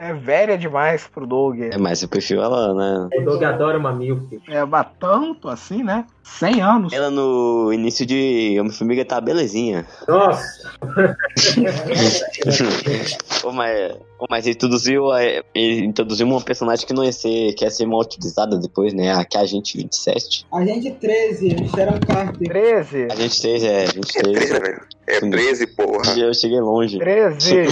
Speaker 1: É velha demais pro Doug.
Speaker 5: É, mas eu prefiro ela, né?
Speaker 2: O Doug adora uma milf.
Speaker 1: É, mas tanto assim, né? 100 anos.
Speaker 5: Ela no início de Homem-Formiga tá belezinha.
Speaker 2: Nossa,
Speaker 5: Ô, mas, ô, mas ele é, introduziu, a- ele introduziu uma personagem que não ia ser, que ia ser mal utilizada depois, né? A que a gente 27.
Speaker 4: Agente 13, Sharon Carter.
Speaker 1: 13.
Speaker 5: A gente 3 é, a gente
Speaker 3: É 13,
Speaker 5: 3.
Speaker 3: né, velho? É 13, porra.
Speaker 5: Eu cheguei longe.
Speaker 1: 13.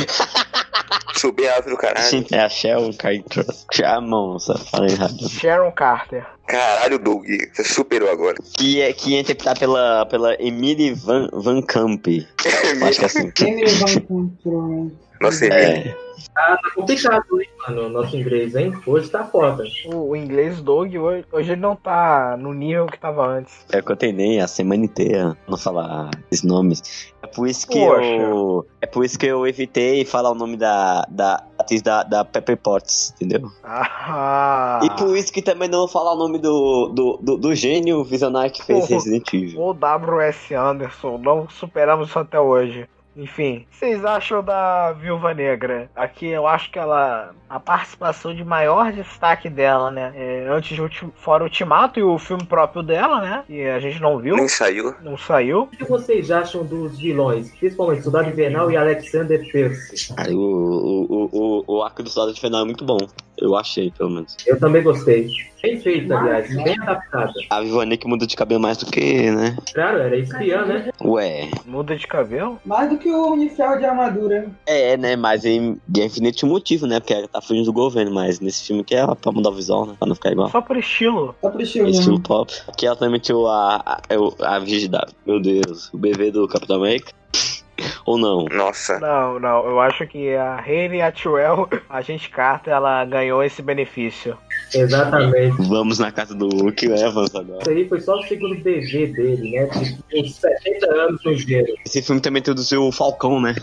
Speaker 3: Subi a árvore do caralho.
Speaker 5: É a Shell, o Kai Cross. Ah, mão, só falei errado.
Speaker 1: Sharon Carter.
Speaker 3: Caralho, Doug. Você superou agora.
Speaker 5: Que é que é interpretado pela, pela Emily Van, Van Camp. Eu acho que é assim.
Speaker 4: Emily Van Camp, provavelmente.
Speaker 3: Nossa, Emílio.
Speaker 5: É,
Speaker 2: tá complicado, hein, mano, o nosso inglês, hein? Hoje tá foda.
Speaker 1: O, o inglês Doug hoje, hoje ele não tá no nível que tava antes.
Speaker 5: é o que eu treinei a semana inteira não falar esses nomes. É por isso que
Speaker 1: Poxa.
Speaker 5: eu. É por isso que eu evitei falar o nome da, da atriz da, da Pepper Potts, entendeu?
Speaker 1: Ah.
Speaker 5: E por isso que também não vou falar o nome do, do, do, do gênio visionário que fez
Speaker 1: Porra.
Speaker 5: Resident Evil.
Speaker 1: O W.S. Anderson, não superamos isso até hoje. Enfim, o que vocês acham da Viúva Negra? Aqui eu acho que ela. A participação de maior destaque dela, né? É, antes de ulti- fora o Ultimato e o filme próprio dela, né? E a gente não viu,
Speaker 3: Nem saiu.
Speaker 1: não saiu.
Speaker 2: O que vocês acham dos vilões, principalmente Soldado Invernal e Alexander Percy?
Speaker 5: Cara, o, o, o, o, o arco do soldado de Fernal é muito bom. Eu achei, pelo menos.
Speaker 2: Eu também gostei. Bem feito, aliás, bem adaptada.
Speaker 5: A Vivane que muda de cabelo mais do que, né?
Speaker 2: Claro, era espiã, né?
Speaker 5: Ué.
Speaker 1: Muda de cabelo?
Speaker 4: Mais do que o uniforme de armadura.
Speaker 5: É, né? Mas em Guerra Infinita tinha um motivo, né? Porque ela tá fugindo do governo, mas nesse filme que ela pra mudar o visual, né? Pra não ficar igual.
Speaker 1: Só por estilo.
Speaker 4: Só Tá pro estilo né?
Speaker 5: Estilo
Speaker 1: Hum.
Speaker 4: mesmo.
Speaker 5: pop. Aqui ela também tinha é o- a, a, eu- a Vigida. Meu Deus, o bebê do Capitão América. Ou não?
Speaker 3: Nossa.
Speaker 1: Não, não. Eu acho que a Hayley Atwell, a gente carta, ela ganhou esse benefício.
Speaker 2: Exatamente.
Speaker 5: Vamos na casa do Luke Evans agora.
Speaker 2: Isso aí foi só o segundo bebê dele, né? Tipo, uns 70 anos no gelo.
Speaker 5: Esse filme também introduziu o Falcão, né?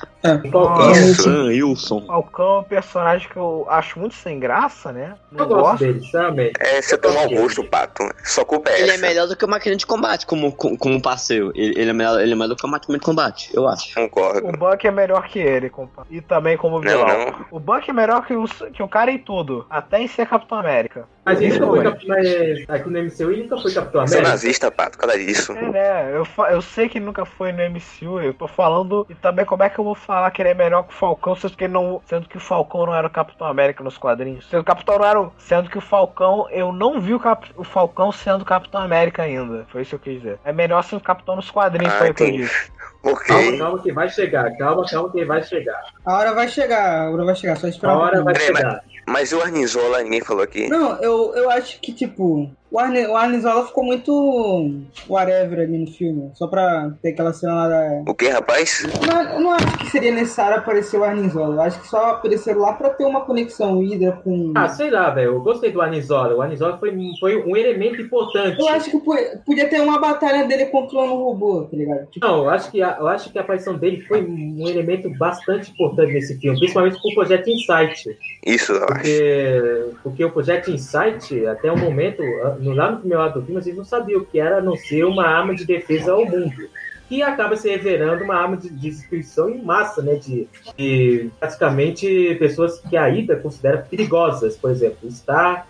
Speaker 2: Falcão.
Speaker 1: Nossa.
Speaker 3: Isso.
Speaker 5: Sam Wilson.
Speaker 1: Falcão é um personagem que eu acho muito sem graça, né? Não
Speaker 2: Eu gosto um dele, sabe?
Speaker 3: É, você tomar o gosto, Pato. Só culpa é
Speaker 5: Ele é
Speaker 3: essa.
Speaker 5: melhor do que o máquina de combate como, como, como parceiro. Ele, ele é melhor, ele é melhor do que o máquina de combate, eu acho.
Speaker 1: O
Speaker 3: Concordo.
Speaker 1: Buck é melhor que ele, compa. E também como
Speaker 3: Não,
Speaker 1: vilão.
Speaker 3: não.
Speaker 1: O Buck é melhor que o, que o cara em tudo. Até em ser Capitão América. América.
Speaker 2: Mas ele
Speaker 1: Então,
Speaker 2: nunca foi
Speaker 1: velho.
Speaker 2: Capitão América. Aqui no MCU ele nunca foi Capitão
Speaker 3: Sou
Speaker 2: América.
Speaker 3: nazista, pá, por causa disso.
Speaker 1: É, né? Eu, fa- eu sei que ele nunca foi no MCU, eu tô falando. E também como é que eu vou falar que ele é melhor que o Falcão, sendo que, ele não, sendo que o Falcão não era o Capitão América nos quadrinhos. Sendo que o Capitão não era o- Sendo que o Falcão, eu não vi o, Cap- o Falcão sendo Capitão América ainda. Foi isso que eu quis dizer. É melhor ser o Capitão nos quadrinhos,
Speaker 3: Ah,
Speaker 1: foi o que eu
Speaker 3: entendi.
Speaker 1: disse.
Speaker 2: Calma,
Speaker 3: Ok.
Speaker 2: calma que vai chegar. Calma, calma que vai chegar.
Speaker 4: A hora vai chegar, a hora vai chegar, só
Speaker 2: A
Speaker 4: esperar. um
Speaker 2: hora vai
Speaker 4: pouquinho.
Speaker 3: Peraí, mas-
Speaker 2: chegar.
Speaker 3: Mas o Arnizola, ninguém falou aqui.
Speaker 4: Não, eu, eu acho que, tipo, o, Arne, o Arnizola ficou muito whatever ali no filme. Só pra ter aquela cena lá da.
Speaker 3: O que, rapaz?
Speaker 4: Não, eu não acho que seria necessário aparecer o Arnizola. Eu acho que só apareceu lá pra ter uma conexão ida com.
Speaker 2: Ah, sei lá, velho. Eu gostei do Anisola. O Anisola foi, foi um elemento importante.
Speaker 4: Eu acho que po- podia ter uma batalha dele contra um robô, tá ligado? Tipo,
Speaker 2: Não, eu acho, que a, eu acho que a aparição dele foi um elemento bastante importante nesse filme, principalmente com o Projeto Insight.
Speaker 3: Isso, eu acho.
Speaker 2: Porque, porque o Projeto Insight, até o momento, no- lá no primeiro lado do filme, a gente não sabia o que era a não ser uma arma de defesa ao mundo. E acaba se revelando uma arma de, de destruição em massa, né? De, de praticamente pessoas que a Ida considera perigosas, por exemplo, Stark,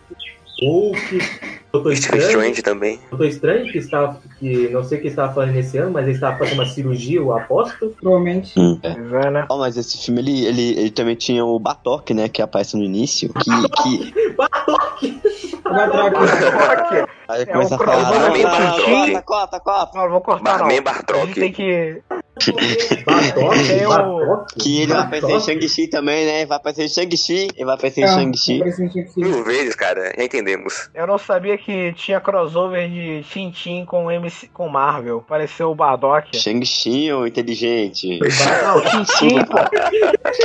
Speaker 2: Hulk, Doutor
Speaker 3: Steve
Speaker 2: Estranho.
Speaker 3: Strange também.
Speaker 2: Doutor Estranho, que estava, que não sei o que estava fazendo nesse ano, mas ele estava fazendo uma cirurgia, eu aposto.
Speaker 4: provavelmente.
Speaker 5: Hum, é.
Speaker 1: Pois é, né?
Speaker 5: Ó, mas esse filme, ele, ele, ele também tinha o Batok, né? Que aparece no início. Que, que...
Speaker 2: Ah,
Speaker 4: Vai trocar.
Speaker 1: Ok.
Speaker 5: Aí ele
Speaker 1: É
Speaker 5: começa
Speaker 1: o
Speaker 5: a falar... "Ah, tá,
Speaker 1: Crossbow
Speaker 5: "Não, não, não,
Speaker 3: Batok.
Speaker 5: Corta, corta, corta.
Speaker 1: Não, não vou cortar, não.
Speaker 3: Barman
Speaker 1: A gente tem
Speaker 3: Bartrock.
Speaker 1: que.
Speaker 2: Batoque,
Speaker 1: Eu-
Speaker 2: Batoque.
Speaker 5: Que ele vai aparecer em
Speaker 2: Batoque.
Speaker 5: Shang-Chi também, né? Vai aparecer em Shang-Chi. Ele vai aparecer em
Speaker 4: É,
Speaker 5: Shang-Chi.
Speaker 4: apareceu em Shang-Chi.
Speaker 3: Mil vezes, cara. Já entendemos.
Speaker 1: Eu não sabia que tinha crossover de Tintin com MC com Marvel. Pareceu o Bardock.
Speaker 5: Shang-Chi, ô inteligente.
Speaker 1: Não, Tintin, pô.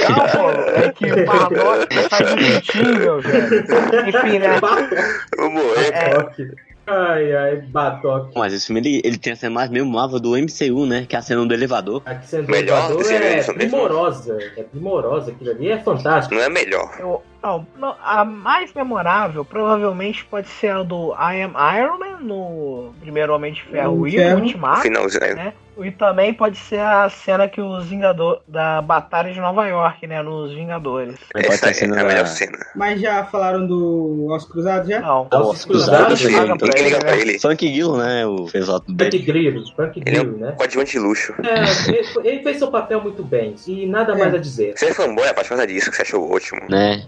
Speaker 1: Não, pô. É que o Bardock sai do Tintin, meu velho. Enfim, né?
Speaker 2: Batoque.
Speaker 3: Vamos morrer.
Speaker 1: É.
Speaker 2: Batoque. Ai, ai, Batoque.
Speaker 5: Mas esse filme, ele, ele tem a cena mais memorável do MCU, né? Que é a cena do elevador.
Speaker 2: Aqui sendo
Speaker 3: Melhor
Speaker 2: jogador
Speaker 3: desse
Speaker 2: é
Speaker 3: evento mesmo.
Speaker 2: primorosa. É primorosa. Aquilo ali é fantástico.
Speaker 3: Não é melhor.
Speaker 1: Eu- não, não, a mais memorável provavelmente pode ser a do I Am Iron Man no primeiro Homem de Ferro e
Speaker 4: Inferno.
Speaker 1: no Ultimato.
Speaker 3: Finalzinho.
Speaker 1: né? E também pode ser a cena que os Vingadores da Batalha de Nova York, né? Nos Vingadores.
Speaker 5: Pode ser
Speaker 3: Essa
Speaker 5: tá a
Speaker 3: é
Speaker 5: cena
Speaker 3: a melhor
Speaker 5: da-
Speaker 3: cena.
Speaker 4: Mas já falaram do Os Cruzados já?
Speaker 1: Não.
Speaker 5: Tá
Speaker 2: Alces cruzados.
Speaker 5: Cruzados, sim.
Speaker 2: Frank
Speaker 1: Paga pra
Speaker 3: Ninguém
Speaker 1: ele,
Speaker 3: liga pra
Speaker 1: né?
Speaker 3: ele.
Speaker 5: Funk Gill, né? O fez lá do Dead.
Speaker 2: Grilo. Frank
Speaker 3: Ele é
Speaker 2: Grilo, né?
Speaker 3: um coadjuvante de luxo.
Speaker 2: É, ele- ele fez seu papel muito bem. E nada mais a dizer.
Speaker 3: Você é fanboy, rapaz, por causa disso que você achou o último.
Speaker 5: Né?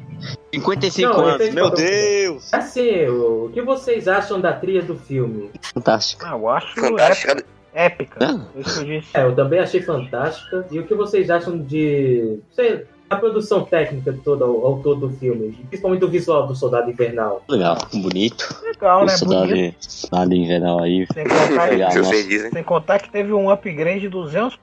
Speaker 5: 55
Speaker 2: Não, ele
Speaker 5: anos,
Speaker 2: fez
Speaker 5: meu
Speaker 2: papel.
Speaker 5: Deus!
Speaker 2: Assim, o que vocês acham da trilha do filme?
Speaker 5: Fantástico.
Speaker 1: Ah, eu acho é,
Speaker 3: Fantástica.
Speaker 1: épica.
Speaker 5: Ah.
Speaker 1: Isso que eu disse.
Speaker 2: É, eu também achei fantástica. E o que vocês acham de. sei, a produção técnica toda, ao, ao todo do filme, principalmente do visual do Soldado Invernal.
Speaker 5: Legal, bonito.
Speaker 1: Legal, né?
Speaker 5: Isso dá
Speaker 1: Bonito.
Speaker 5: ali, dá ali em geral aí.
Speaker 1: Sem contar,
Speaker 5: Legal,
Speaker 3: Se vocês
Speaker 5: nossa.
Speaker 3: dizem.
Speaker 1: sem contar que teve um upgrade de 200%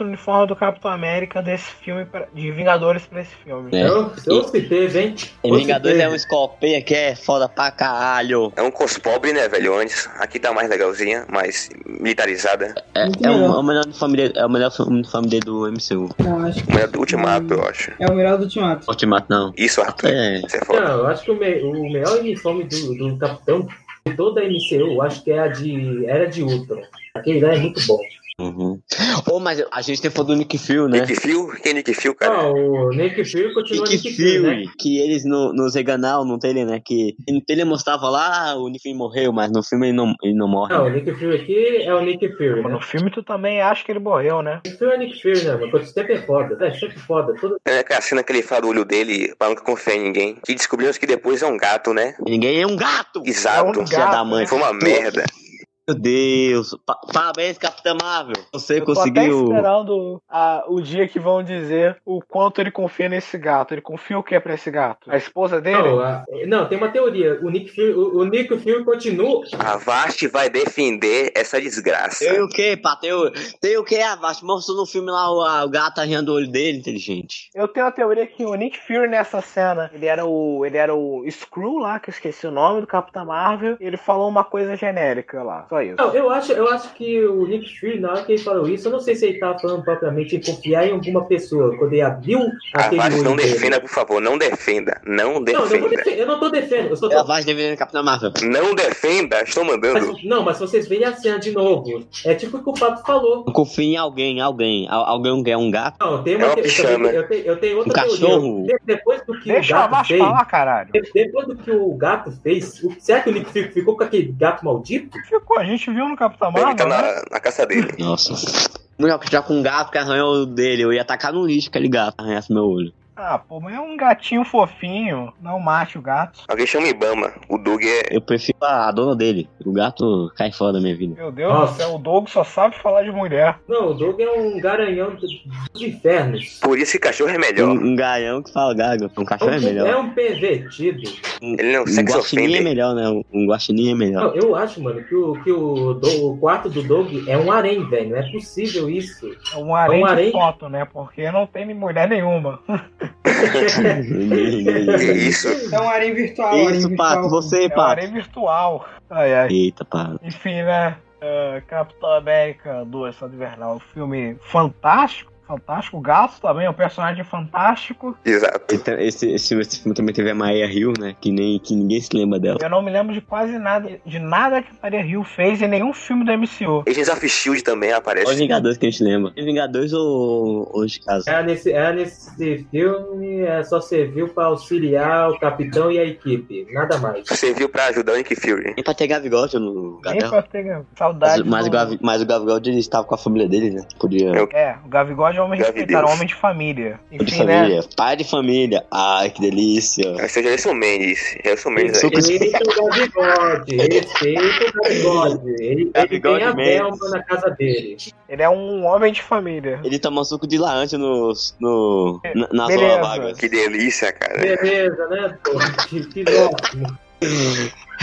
Speaker 1: no uniforme do Capitão América desse filme, pra- de Vingadores pra esse filme.
Speaker 5: É.
Speaker 2: Eu, eu se teve, hein?
Speaker 5: E
Speaker 2: Eu se
Speaker 5: Vingadores
Speaker 2: teve.
Speaker 5: é um Scorpion que é foda pra caralho.
Speaker 3: É um cospobre, né, velho? Antes. Aqui tá mais legalzinha, mais militarizada.
Speaker 5: É,
Speaker 4: Muito
Speaker 5: é,
Speaker 4: melhor.
Speaker 5: o, é o melhor de família, é o melhor filme de família do MCU.
Speaker 4: Não, acho que
Speaker 3: Melhor do
Speaker 1: Hum.
Speaker 3: ultimato, eu acho.
Speaker 4: é o melhor do Ultimato.
Speaker 5: Ultimato não.
Speaker 3: Isso, Arthur.
Speaker 5: É,
Speaker 3: Você é foda.
Speaker 2: Não, eu acho que o, me- o melhor uniforme do, do Capitão de toda a MCU, eu acho que é a de. Era de Ultron. Aquele lá é muito bom.
Speaker 5: uhum. Ô, mas a gente tem falado do Nick Fury, né?
Speaker 3: Nick Fury? Quem é Nick Fury, cara?
Speaker 2: Ah, o Nick Fury continua
Speaker 5: Nick
Speaker 2: Nick Fury, né?
Speaker 5: Fury, que eles no, no Zeganal, não tem ele, né? Que no ele mostrava lá, ah, o Nick Fury morreu, mas no filme ele não, ele não morre.
Speaker 2: Não, o Nick Fury aqui é o Nick Fury.
Speaker 1: Mas
Speaker 2: Né?
Speaker 1: no filme tu também acha que ele morreu, né?
Speaker 2: Nick Fury é Nick Fury, né? Mas sempre é foda. É sempre foda. Todo,
Speaker 3: É aquela cena que ele fala do olho dele, pra nunca confiar em ninguém. Que descobrimos que depois é um gato, né?
Speaker 5: Ninguém é um gato!
Speaker 3: Exato.
Speaker 1: É um gato.
Speaker 5: Filha da mãe.
Speaker 3: Foi uma merda.
Speaker 5: Meu Deus. Pa- parabéns, Capitã Marvel. Você
Speaker 1: Eu tô
Speaker 5: conseguiu.
Speaker 1: até esperando a- o dia que vão dizer o quanto ele confia nesse gato. Ele confia o que pra esse gato? A esposa
Speaker 3: É.
Speaker 1: dele?
Speaker 2: Não, a- não, tem uma teoria. O Nick Fury, o, o Nick Fury continua.
Speaker 3: A Vast vai defender essa desgraça.
Speaker 5: Tem o que, pá? Tem o, tem o que, Avast? Mostrou no filme lá o, a- o gato arranhando o olho dele, inteligente.
Speaker 1: Eu tenho a teoria que o Nick Fury nessa cena, ele era o ele era o Screw lá, que eu esqueci o nome do Capitão Marvel, e ele falou uma coisa genérica lá. Só só isso.
Speaker 2: Não, eu acho, eu acho que o Nick Fury, na hora que ele falou isso, eu não sei se ele tava falando propriamente em confiar em alguma pessoa. Quando ele abriu aquele
Speaker 3: Tavares, não
Speaker 2: olho dele.
Speaker 3: defenda, por favor. Não defenda. Não
Speaker 2: Não, eu não, tô
Speaker 3: defenda.
Speaker 2: defen- eu não tô defendendo. Eu só tô-
Speaker 5: Ela vai deveria Capitão Marvel.
Speaker 3: Não defenda. Estou mandando.
Speaker 2: mas- não, mas se vocês verem a cena de novo, é tipo o que o Papo falou.
Speaker 5: Confia em alguém, alguém. Al- alguém é um gato.
Speaker 2: Não, tem uma
Speaker 3: É uma
Speaker 2: te- eu,
Speaker 3: pichama.
Speaker 2: também- eu tenho, eu tenho outra
Speaker 5: Um
Speaker 2: teoria.
Speaker 5: cachorro.
Speaker 2: De- Depois do que
Speaker 1: Deixa
Speaker 2: o
Speaker 1: o
Speaker 2: gato
Speaker 1: Abaixo
Speaker 2: fez,
Speaker 1: falar, caralho.
Speaker 2: de- depois do que o gato fez, o- será que o Nick Fury ficou com aquele gato maldito?
Speaker 1: Ficou, a gente viu no Capitão
Speaker 3: Ele tá
Speaker 1: Marvel, né?
Speaker 3: na, na caça dele.
Speaker 5: Nossa. Não ia já com um gato que arranhou o dele. Eu ia tacar no lixo aquele gato. Arranhasse meu olho.
Speaker 1: Ah, pô, mas é um gatinho fofinho, não mate o gato.
Speaker 3: Alguém chama o Ibama. O Doug é.
Speaker 5: Eu prefiro a, a dona dele. O gato cai fora da minha vida.
Speaker 1: Meu Deus
Speaker 2: Nossa.
Speaker 1: do céu, o Doug só sabe falar de mulher.
Speaker 2: Não, o Doug é um garanhão do- dos infernos.
Speaker 3: Por isso que cachorro é
Speaker 5: Um,
Speaker 3: melhor.
Speaker 5: um galhão que fala gago. Um
Speaker 2: É um,
Speaker 5: cachorro é melhor.
Speaker 2: um pervertido.
Speaker 3: Ele não
Speaker 5: Um
Speaker 3: sexo
Speaker 5: guaxinim é
Speaker 3: ofende.
Speaker 5: melhor, né? Um- Um guaxinim é melhor.
Speaker 2: Não, eu acho, mano, que o, que o, do- o quarto do Doug é um harém, velho. Não é possível isso.
Speaker 1: É um arém
Speaker 2: É um
Speaker 1: de
Speaker 2: harém?
Speaker 1: foto, né? Porque não tem mulher nenhuma.
Speaker 3: Que isso?
Speaker 4: É um arém virtual.
Speaker 5: Isso,
Speaker 4: harém
Speaker 5: Pato.
Speaker 4: virtual.
Speaker 5: Você,
Speaker 1: É um
Speaker 5: Pato.
Speaker 1: arém virtual. Ai, ai.
Speaker 5: Eita, Pato.
Speaker 1: Enfim, né? é, Capitão América 2, Soldado Invernal. Um filme fantástico. Fantástico. O Gato também é um personagem fantástico.
Speaker 3: Exato.
Speaker 5: Esse, Então, esse, esse, esse filme também teve a Maia Hill, né? Que, nem, que ninguém se lembra dela.
Speaker 1: Eu não me lembro de quase nada, de nada que Maria Hill fez em nenhum filme do MCU.
Speaker 3: Agents of Shield também
Speaker 5: Só os
Speaker 3: aparece.
Speaker 5: Vingadores que a gente lembra. Vingadores ou ou os casos?
Speaker 2: É nesse, é nesse filme, é só serviu pra auxiliar o capitão e a equipe. Nada mais.
Speaker 3: Serviu pra ajudar o Nick Fury.
Speaker 5: Nem pra ter Gavigode no
Speaker 1: Nem
Speaker 5: Gatel.
Speaker 1: pra ter
Speaker 5: Mas,
Speaker 1: saudade.
Speaker 5: mas, o
Speaker 1: do...
Speaker 5: Gavi- mas o Gavigode ele estava com a família dele, né? Podia.
Speaker 3: Eu-
Speaker 1: É, o Gavigode é um homem
Speaker 3: Gavideus.
Speaker 1: respeitado, é um homem de família.
Speaker 5: Pai de
Speaker 1: Enfim, né?
Speaker 5: família. Pai de família. Ai, que delícia.
Speaker 3: Esse é o Gerson Mendes.
Speaker 5: é
Speaker 3: Gerson Mendes aí.
Speaker 5: Super-
Speaker 2: Respeita o Gabigode, respeita o Gabigode. Ele, ele
Speaker 5: Gabigode
Speaker 2: tem a
Speaker 5: É mesmo.
Speaker 2: Belma na casa dele.
Speaker 1: Ele é um homem de família.
Speaker 5: Ele tomou suco de laranja no. no na- na
Speaker 1: Beleza.
Speaker 5: sua vaga.
Speaker 3: Que delícia,
Speaker 2: É.
Speaker 3: cara.
Speaker 2: Beleza, né, pô? Que, que ótimo.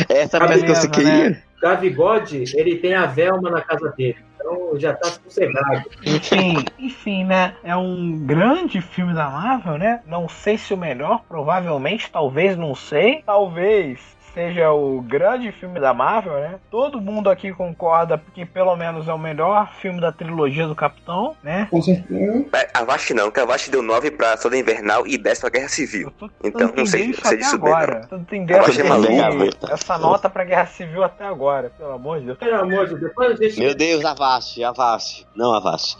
Speaker 5: Essa é a peça que
Speaker 1: Beleza, né?
Speaker 5: você queria?
Speaker 2: Gabigode, ele tem a Velma na casa dele. Então já tá sossegado.
Speaker 1: Enfim, enfim, né? É um grande filme da Marvel, né? Não sei se o melhor, provavelmente, talvez, não sei. Talvez seja o grande filme da Marvel, né? Todo mundo aqui concorda que pelo menos é o melhor filme da trilogia do Capitão, né?
Speaker 4: Com certeza.
Speaker 3: Mas É, A Vast não, que a Vast deu 9 pra Soda Invernal e 10 pra Guerra Civil.
Speaker 1: Eu tô tentando
Speaker 3: Então, não sei-
Speaker 1: entender
Speaker 3: não sei
Speaker 1: isso
Speaker 3: disso
Speaker 1: até
Speaker 3: bem,
Speaker 1: agora. Tô entendendo
Speaker 3: Eu achei
Speaker 1: esse-
Speaker 5: maluco.
Speaker 1: essa nota pra Guerra Civil até agora, pelo amor de Deus.
Speaker 2: Pelo amor de Deus, depois deixa
Speaker 5: Meu Deus, Avast, Avast. Não, Avast.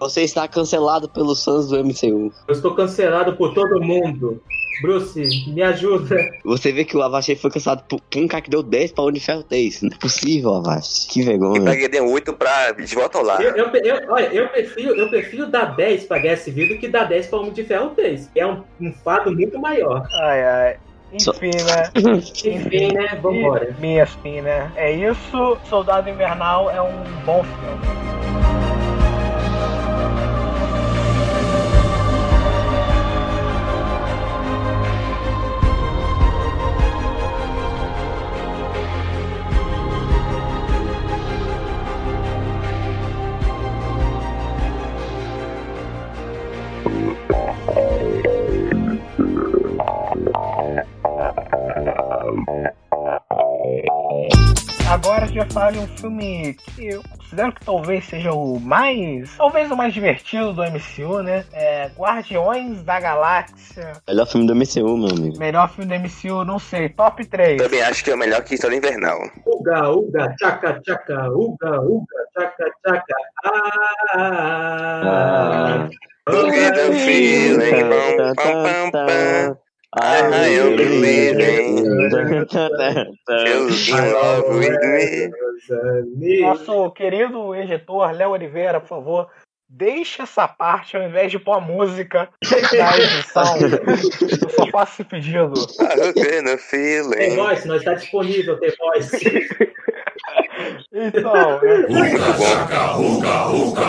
Speaker 5: Você está cancelado pelos fãs do MCU.
Speaker 2: Eu estou cancelado por todo mundo. Bruce, me ajuda.
Speaker 5: Você vê que o Avast ele foi cancelado por por um cara que deu 10 pra Onde Ferro 3. Não é possível, Avast. Que
Speaker 3: E pra
Speaker 5: vergonha.
Speaker 3: Guerra deu 8 um pra De Volta
Speaker 5: Ah.
Speaker 3: ao Lar.
Speaker 2: Eu, eu, eu- olha, eu prefiro, eu prefiro dar 10 pra Guerra Civil do que dar 10 pra Homem de Ferro 3. É um, um fado muito maior.
Speaker 1: Ai, ai.
Speaker 5: Só-
Speaker 1: Enfim, né?
Speaker 2: Enfim, né? Vambora.
Speaker 1: Bem assim, né? É isso. Soldado Invernal é um bom filme. Agora a gente vai falar de um filme que eu considero que talvez seja o mais. Talvez o mais divertido do MCU, né? É Guardiões da Galáxia.
Speaker 5: Melhor filme do MCU, meu amigo.
Speaker 1: Melhor filme do MCU, não sei. Top 3.
Speaker 3: Também acho que é o melhor que Soda Invernal.
Speaker 2: Uga, uga, tchaca, tchaca, uga, uga, tchaca, tchaca. Ah,
Speaker 5: Ah.
Speaker 3: Doido feeling, pam, pam, pam, pam. Ah, eu believe
Speaker 5: É.
Speaker 3: Feels in love with me.
Speaker 1: Nosso querido editor, Léo Oliveira, por favor, deixa essa parte ao invés de pôr a música na edição. Eu só faço esse pedido.
Speaker 3: Ah, doido
Speaker 2: Tem
Speaker 3: feeling.
Speaker 2: voz, nós está disponível, tem voz.
Speaker 1: Então, é-
Speaker 3: Muito bom.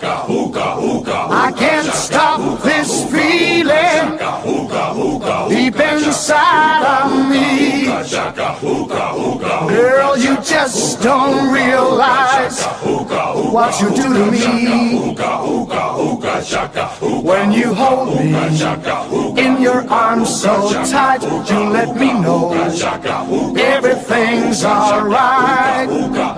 Speaker 6: I can't stop this feeling deep inside of me. Chaka, chaka, hookah, hookah.
Speaker 7: Girl, you just don't realize
Speaker 6: Hookah, hookah,
Speaker 7: what you do to me
Speaker 6: hookah, hookah, hookah, chaka, hookah,
Speaker 7: when you hold me
Speaker 6: chaka, hookah,
Speaker 7: in your arms so tight. You let me know
Speaker 6: chaka, hookah,
Speaker 7: everything's alright.
Speaker 6: hookah.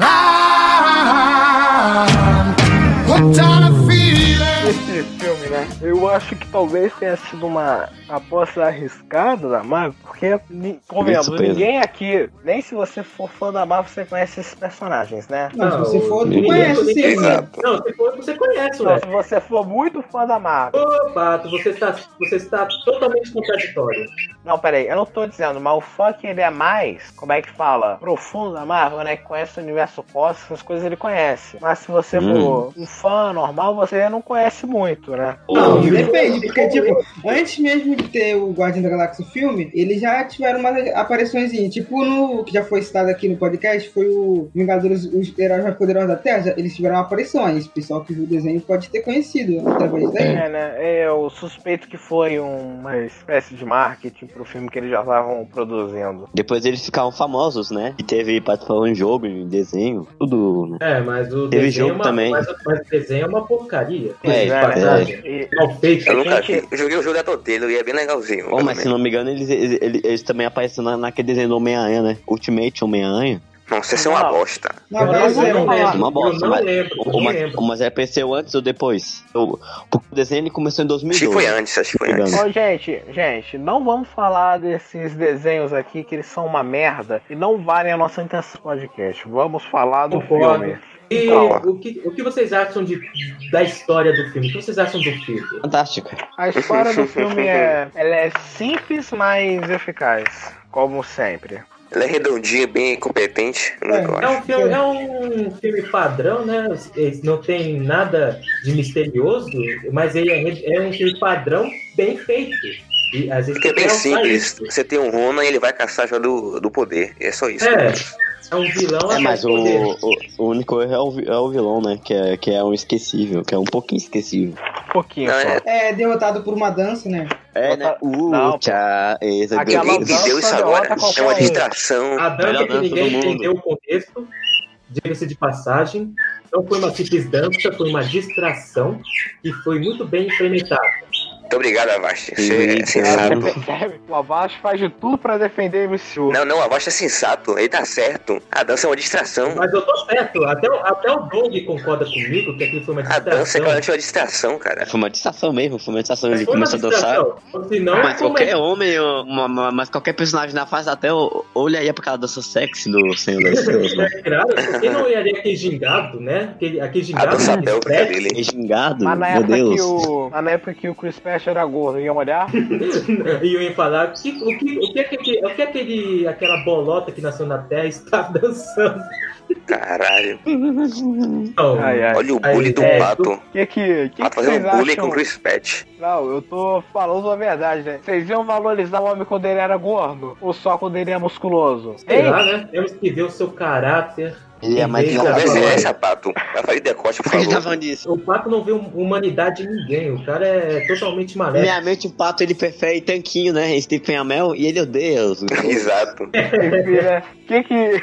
Speaker 7: I'm hooked on a feeling.
Speaker 1: Esse filme, né? Eu acho que talvez tenha sido uma aposta arriscada da Marvel, porque, ni- convenhamos,
Speaker 5: surpresa.
Speaker 1: ninguém aqui, nem se você for fã da Marvel, você conhece esses personagens, né?
Speaker 4: Não, se você for, tu
Speaker 5: Não,
Speaker 4: conhece sim.
Speaker 3: Exato.
Speaker 2: Não, se for, você conhece,
Speaker 1: Então,
Speaker 2: ué.
Speaker 1: se você for muito fã da Marvel.
Speaker 2: Ô, Pato, você está, você está totalmente contraditório.
Speaker 1: Não, peraí, eu não tô dizendo, mas o fã que ele é mais, como é que fala? Profundo da Marvel, né? Que conhece o universo cósmico, essas coisas ele conhece. Mas se você
Speaker 5: Hum.
Speaker 1: for um fã normal, você não conhece muito, né?
Speaker 4: Não, depende, porque, tipo, antes mesmo de ter o Guardião da Galáxia filme, eles já tiveram umas aparições, tipo, no que já foi citado aqui no podcast, foi o Vingadores, os Heróis Mais Poderosos da Terra, já- eles tiveram aparições, o pessoal que viu o desenho pode ter conhecido através daí.
Speaker 1: É, né? Eu suspeito que foi uma espécie de marketing pro filme que eles já estavam produzindo.
Speaker 5: Depois eles ficaram famosos, né? E teve participação em jogo, em desenho, tudo, né?
Speaker 2: É, mas o
Speaker 5: Teve
Speaker 2: desenho
Speaker 5: jogo
Speaker 2: é uma,
Speaker 5: também.
Speaker 2: Mas, mas o desenho é uma porcaria.
Speaker 5: É,
Speaker 2: De
Speaker 5: é.
Speaker 2: passagem.
Speaker 1: Né? E-
Speaker 2: Mal feito.
Speaker 3: Eu nunca
Speaker 1: Gente-
Speaker 3: vi. Eu joguei o jogo da Totelo e é bem legalzinho.
Speaker 5: Oh, mas
Speaker 3: também.
Speaker 5: se não me engano, eles, eles, eles- eles também apareceram na- naquele desenho do Homem-Aranha, né? Ultimate Homem-Aranha.
Speaker 3: Nossa, essa é uma
Speaker 5: Ah,
Speaker 1: Não.
Speaker 3: bosta.
Speaker 4: Não,
Speaker 1: Eu
Speaker 4: mas
Speaker 1: não
Speaker 4: é,
Speaker 1: lembro.
Speaker 4: mas-
Speaker 5: É uma
Speaker 2: eu
Speaker 5: bosta,
Speaker 2: não
Speaker 5: mas-
Speaker 2: lembro, eu não
Speaker 5: Mas,
Speaker 2: lembro.
Speaker 5: mas é apareceu antes ou depois? Eu- porque o desenho ele começou em
Speaker 3: Acho que
Speaker 5: 2012.
Speaker 3: foi antes, acho que foi antes.
Speaker 1: Ô, gente, gente, não vamos falar desses desenhos aqui que eles são uma merda e não valem a nossa intenção do podcast. Vamos falar do
Speaker 2: Concordo.
Speaker 1: filme.
Speaker 2: E
Speaker 3: Não.
Speaker 2: o, que, o que vocês acham de, da história do filme? O que vocês acham do filme?
Speaker 5: Fantástica.
Speaker 1: A história do filme é, ela é simples, mas eficaz, como sempre.
Speaker 3: Ela é redondinha, bem competente. Eu
Speaker 4: É,
Speaker 2: É
Speaker 3: acho.
Speaker 2: um filme, é um filme padrão, né? Ele Não tem nada de misterioso, mas ele é, é um filme padrão bem feito. E às vezes
Speaker 3: Porque é bem
Speaker 2: só
Speaker 3: simples.
Speaker 2: isso.
Speaker 3: Você tem um Ronan e ele vai caçar já do, do poder. E é só isso.
Speaker 2: É, é um vilão
Speaker 5: É,
Speaker 2: atrás
Speaker 5: mas o,
Speaker 2: do poder.
Speaker 5: o, o único erro é o, vi- é o vilão, né? Que é, que é um esquecível, que é um pouquinho esquecível.
Speaker 1: Um pouquinho
Speaker 3: Não,
Speaker 1: só.
Speaker 3: é-
Speaker 4: é derrotado por uma dança, né?
Speaker 5: É, né?
Speaker 1: Outra-
Speaker 5: Uh,
Speaker 1: Não, pô.
Speaker 5: tchá, esse é
Speaker 1: Aquela
Speaker 3: Ninguém
Speaker 5: doido.
Speaker 1: dança
Speaker 3: entendeu isso
Speaker 1: derrota
Speaker 3: agora.
Speaker 1: qualquer
Speaker 3: É uma
Speaker 1: um.
Speaker 3: distração.
Speaker 2: A dança
Speaker 5: Melhor
Speaker 2: que
Speaker 5: dança do
Speaker 2: ninguém
Speaker 5: mundo.
Speaker 2: entendeu o contexto, diga-se de passagem, não foi uma simples dança, foi uma distração que foi muito bem implementada.
Speaker 3: Muito obrigado, Avast. Você
Speaker 5: Sim,
Speaker 3: é
Speaker 1: Você
Speaker 3: sensato.
Speaker 5: Sabe.
Speaker 1: percebe? O Avast faz de tudo pra defender o MCU.
Speaker 3: Não, não, Avast é sensato. Ele tá certo. A dança é uma distração.
Speaker 2: Mas eu tô certo, até, o- até o Doug concorda comigo que aquilo foi uma
Speaker 3: A dança é
Speaker 2: distração.
Speaker 3: claramente uma distração, cara.
Speaker 5: Foi uma distração É mesmo, foi uma distração.
Speaker 3: É
Speaker 5: Ele
Speaker 2: foi uma
Speaker 5: começou a dançar.
Speaker 2: distração. Senão,
Speaker 5: mas
Speaker 2: como
Speaker 5: qualquer
Speaker 2: é?
Speaker 5: homem, ou- ma- ma- mas qualquer personagem na fase até o- olharia pra aquela dança sexy do Senhor das Estrelas, né?
Speaker 2: É claro, quem não olharia aquele gingado, né? Aquele, aquele
Speaker 3: A
Speaker 2: gingado.
Speaker 3: dança
Speaker 2: aquele
Speaker 3: pélvica
Speaker 2: sexy.
Speaker 3: dele.
Speaker 5: É gingado,
Speaker 1: Mas na
Speaker 5: meu
Speaker 1: época,
Speaker 5: Deus.
Speaker 1: que o, mas na época que o Chris Patch era gordo, iam olhar?
Speaker 2: né? e eu ia falar que, o que, o que, é que, o que é aquele, aquela bolota que nasceu na Terra está dançando.
Speaker 3: Caralho.
Speaker 2: Não,
Speaker 1: Ai, ai.
Speaker 3: Olha o
Speaker 2: Aí,
Speaker 3: bullying do
Speaker 2: é,
Speaker 3: Pato.
Speaker 1: Que que, que,
Speaker 3: Pato
Speaker 1: que
Speaker 3: fazendo
Speaker 5: um
Speaker 1: vocês
Speaker 3: bullying com o
Speaker 1: acham?
Speaker 3: Chris Patch.
Speaker 1: Não, eu tô falando a verdade, né? Vocês iam valorizar o homem quando ele era gordo? Ou só quando ele é musculoso?
Speaker 2: sei
Speaker 1: Hein?
Speaker 2: lá, né? Temos que ver o seu caráter.
Speaker 5: Ele é mais
Speaker 2: Que
Speaker 3: Que conversa
Speaker 5: engraçado.
Speaker 2: agora.
Speaker 3: é
Speaker 5: Por
Speaker 3: essa, Pato? Vai fazer decote, por
Speaker 5: que a gente tá
Speaker 3: favor.
Speaker 5: falando disso?
Speaker 2: O Pato não vê hum- humanidade em ninguém. O cara é totalmente maléfico.
Speaker 5: Minha mente, o pato ele prefere tanquinho, né? Stephen Amell e ele oh, odeia os.
Speaker 3: Exato.
Speaker 1: Enfim, né? Que que...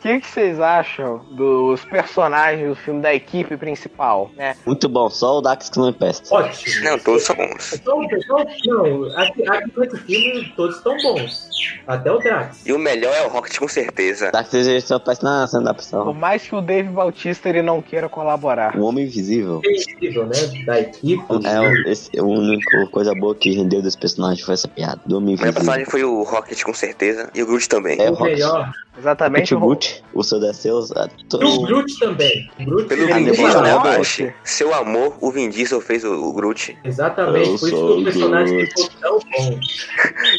Speaker 1: que que vocês acham dos personagens do filme, da equipe principal, né?
Speaker 5: Muito bom, só o Dax que não é empesta.
Speaker 2: Ótimo.
Speaker 3: Não, todos são bons.
Speaker 2: Então, então, não, aqui, aqui nesse filme todos estão bons. Até o Drax.
Speaker 3: E o melhor é o Rocket, com
Speaker 5: O
Speaker 3: certeza.
Speaker 5: Dax ele é só aparece na cena da
Speaker 1: Por
Speaker 5: prisão.
Speaker 1: mais que o Dave Bautista ele não queira colaborar.
Speaker 5: O um Homem Invisível.
Speaker 2: É incrível, né? Da equipe.
Speaker 5: É o- esse, a única coisa boa que rendeu desse personagem foi essa piada. Do Homem
Speaker 3: O melhor
Speaker 5: Invisível.
Speaker 3: personagem foi o Rocket, com certeza. E o Groot também.
Speaker 5: É,
Speaker 2: o melhor.
Speaker 1: Exatamente
Speaker 5: Kut
Speaker 1: o
Speaker 5: Gut, o Senhor das Estrelas. a- to-
Speaker 2: E o Groot também. O Groot
Speaker 3: Pelo
Speaker 2: ele é
Speaker 3: Vin
Speaker 1: Ele
Speaker 3: Diesel,
Speaker 1: fala,
Speaker 3: né,
Speaker 1: "Nossa".
Speaker 3: Abaixo? Seu amor, o Vin Diesel fez o, o Groot.
Speaker 2: Exatamente,
Speaker 5: Eu
Speaker 2: por isso
Speaker 5: sou
Speaker 2: que o
Speaker 5: o
Speaker 2: personagem
Speaker 5: Groot.
Speaker 2: ficou tão bom.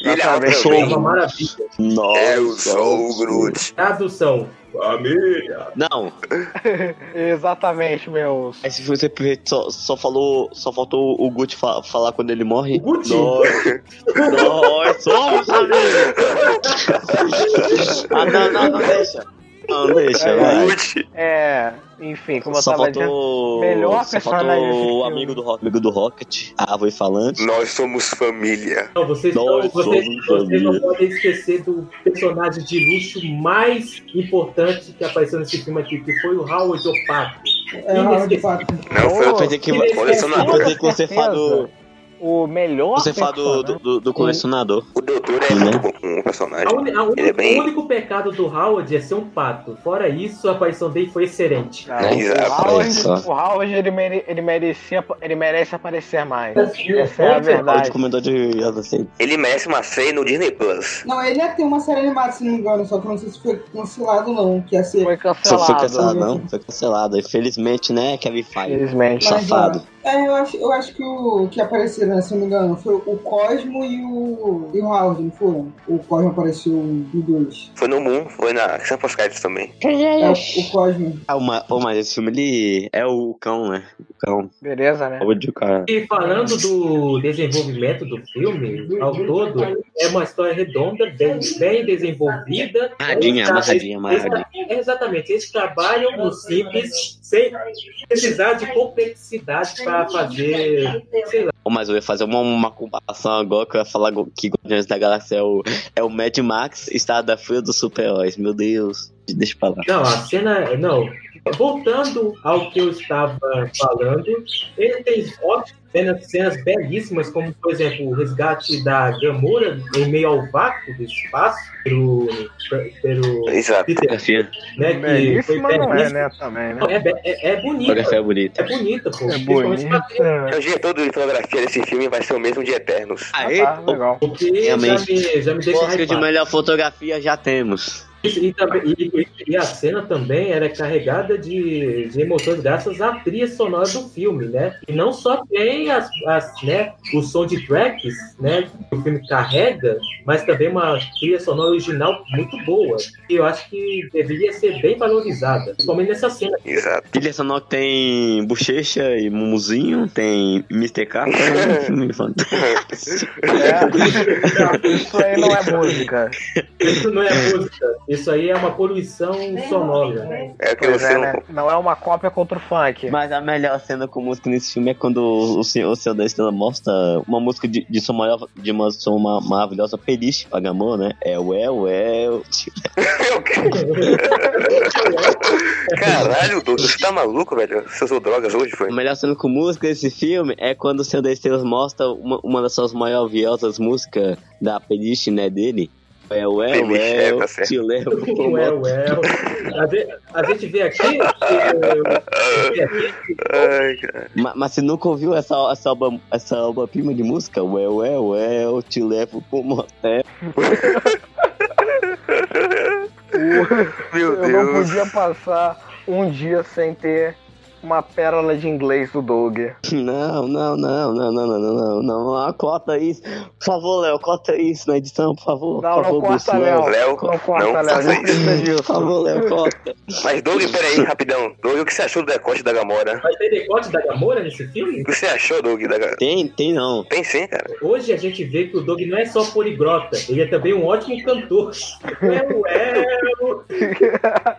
Speaker 3: E ele amou
Speaker 1: Exatamente.
Speaker 5: Sou
Speaker 2: É
Speaker 3: também. É,
Speaker 2: uma maravilha.
Speaker 5: Nossa,
Speaker 1: É
Speaker 3: Eu sou o Groot.
Speaker 2: Tradução. Família.
Speaker 5: Não,
Speaker 1: Exatamente, meus.
Speaker 5: aí se você perfeito, só, só falou. Só faltou o Gut fa- falar quando ele morre.
Speaker 2: O Gucci?
Speaker 5: Nós, nós somos amigos! ah, não, não, não deixa. Não, deixa,
Speaker 1: É,
Speaker 5: vai.
Speaker 3: Lute.
Speaker 1: É, enfim, como eu
Speaker 5: Só
Speaker 1: tava dizendo.
Speaker 5: faltou.
Speaker 1: melhor
Speaker 5: só
Speaker 1: personagem desse
Speaker 5: faltou o
Speaker 1: filme.
Speaker 5: amigo do, Rock- amigo do Rocket, a árvore falante.
Speaker 3: Nós somos família.
Speaker 2: Não, vocês,
Speaker 5: Nós
Speaker 2: não, vocês,
Speaker 5: somos
Speaker 2: vocês não
Speaker 5: família.
Speaker 2: podem esquecer do personagem de luxo mais importante que apareceu nesse filme aqui, que foi o Howard Opato.
Speaker 4: É, Howard de fato.
Speaker 3: Não foi
Speaker 1: Pô,
Speaker 3: o
Speaker 5: Pensei que,
Speaker 1: que
Speaker 5: eu
Speaker 3: Olha, isso não-
Speaker 1: Com
Speaker 5: pensei que você
Speaker 1: certeza,
Speaker 5: fala do.
Speaker 1: O melhor.
Speaker 5: Você fala do, do,
Speaker 1: personagem-
Speaker 5: do- do colecionador.
Speaker 3: O doutor é
Speaker 5: Sim, né?
Speaker 3: muito bom um
Speaker 2: A
Speaker 3: personagem.
Speaker 2: uni- a uni-
Speaker 3: Ele é bem-
Speaker 2: O único pecado do Howard é ser um pato. Fora isso, a aparição dele foi excelente.
Speaker 1: Não,
Speaker 5: né?
Speaker 1: o
Speaker 3: Exato.
Speaker 5: Olha
Speaker 1: Howard,
Speaker 5: só.
Speaker 1: o Howard ele, mere- ele merecia, ele merece aparecer mais.
Speaker 2: Sim,
Speaker 1: Essa é a
Speaker 2: muito
Speaker 5: Pode
Speaker 1: verdade.
Speaker 5: comentar de. Assim,
Speaker 3: Ele merece uma série no Disney Plus.
Speaker 4: Não, ele ia ter uma série animada, se não me engano, só que eu não sei se foi cancelado ou não, que ia ser.
Speaker 1: Foi
Speaker 5: só
Speaker 1: cancelado.
Speaker 5: foi cancelado,
Speaker 1: né?
Speaker 5: não? Foi cancelado. Infelizmente, né, Kevin Feige?
Speaker 1: Infelizmente.
Speaker 4: Mas,
Speaker 5: Safado.
Speaker 4: ó, É, eu acho, eu acho que o que apareceram, né, se não me engano, foi o Cosmo e o, e o Howard, não foram? O Cosmo apareceu um no 2.
Speaker 3: Foi no Moon, foi na Campus Cards também.
Speaker 4: É, o, o Cosmo.
Speaker 5: Ah, uma, oh, mas esse filme ele é o cão, né? O cão.
Speaker 1: Beleza, né?
Speaker 5: Howard, o cara.
Speaker 2: E falando do desenvolvimento do filme, ao todo, é uma história redonda, bem, bem desenvolvida.
Speaker 5: Amarradinha,
Speaker 2: Eles
Speaker 1: Tá,
Speaker 2: tra-
Speaker 5: amarradinha,
Speaker 2: eles-
Speaker 5: amarradinha.
Speaker 2: é, Exatamente, eles trabalham no simples, sem precisar de complexidade para fazer.
Speaker 5: Oh, mas eu ia fazer uma, uma comparação agora que eu ia falar go- que Guardiões da Galáxia é o, é o Mad Max, está da fúria dos super-heróis. Meu Deus, deixa pra lá.
Speaker 2: Não, a cena. Não. Voltando ao que eu estava falando, ele tem ótimas cenas, cenas belíssimas, como, por exemplo, o resgate da Gamora em meio ao vácuo do espaço, pelo. pelo
Speaker 1: É.
Speaker 3: Exato.
Speaker 2: Peter
Speaker 5: Fotografia,
Speaker 2: né? Que foi
Speaker 1: Belíssima não é,
Speaker 2: belíssimo.
Speaker 1: né? Também, né?
Speaker 2: Não, é, be- é, é bonita.
Speaker 5: fotografia bonita.
Speaker 2: É bonita, pô.
Speaker 1: É
Speaker 2: Principalmente pra criança,
Speaker 1: bonita.
Speaker 3: Então, O diretor de fotografia desse filme vai ser o mesmo de Eternos.
Speaker 1: Ah,
Speaker 5: Aê,
Speaker 1: tá, legal.
Speaker 2: Porque já
Speaker 5: Realmente.
Speaker 2: me, já me deixa
Speaker 5: Oscar de
Speaker 2: hypado.
Speaker 5: melhor fotografia já temos.
Speaker 2: E, também- e- e a cena também era carregada de, de emoções graças à trilha sonora do filme, né? E não só tem as, as, né, o som de tracks, né, que o filme carrega, mas também uma trilha sonora original muito boa. E eu acho que deveria ser bem valorizada, principalmente nessa cena.
Speaker 3: Exato.
Speaker 5: Trilha sonora que tem Bochecha e Mumuzinho, tem Mr. K. é um filme fantástico.
Speaker 1: É. Isso aí não é música.
Speaker 2: Isso não é música, isso aí é uma poluição sonora.
Speaker 3: É o que
Speaker 1: Pois
Speaker 3: você
Speaker 1: é,
Speaker 3: não.
Speaker 1: né? Não é uma cópia contra o funk.
Speaker 5: Mas a melhor cena com música nesse filme é quando o senhor, o senhor da Estrela mostra uma música de, de sua maior, de uma sua ma- maravilhosa playlist pra Gamon, né? É o é o é o.
Speaker 3: Eu que- Caralho, Douglas, você tá maluco, velho? Você usou drogas hoje, foi?
Speaker 5: A melhor cena com música desse filme é quando o senhor da Estrela mostra uma, uma das suas maiores músicas da playlist, né, dele. É o é o
Speaker 3: Playlist,
Speaker 5: é
Speaker 3: é,
Speaker 5: o.
Speaker 3: tá certo.
Speaker 5: Te levo pro
Speaker 2: Ué, ué. A gente, a gente vê aqui. que- vê aqui
Speaker 3: Ai, cara.
Speaker 5: Ma- Mas, você nunca ouviu essa, essa, alba, essa alba prima de música? Ué, ué, ué, eu te levo pro motel.
Speaker 3: Meu
Speaker 1: Eu não
Speaker 3: Deus.
Speaker 1: podia passar um dia sem ter uma pérola de inglês do Doug.
Speaker 5: Não, não, não, não, não, não, não, não, não. Ah, corta isso. Por favor, Léo, corta isso na edição, por favor.
Speaker 1: Não,
Speaker 5: por
Speaker 1: não
Speaker 5: favor,
Speaker 1: corta,
Speaker 5: Bruce,
Speaker 1: Léo.
Speaker 3: Léo,
Speaker 1: Não corta,
Speaker 3: não
Speaker 1: Léo.
Speaker 3: faça
Speaker 1: Não precisa
Speaker 5: Por
Speaker 1: disso.
Speaker 5: favor, Léo, corta.
Speaker 3: Mas, Doug, peraí, rapidão. Doug, o que você achou do decote da Gamora?
Speaker 2: Mas tem decote da Gamora nesse filme?
Speaker 3: O que você achou, Doug? Da... Ga-
Speaker 5: Tem, tem não.
Speaker 3: Tem sim, cara.
Speaker 2: Hoje a gente vê que o Doug não é só poligrota, ele é também um ótimo cantor. é. Ué, ué.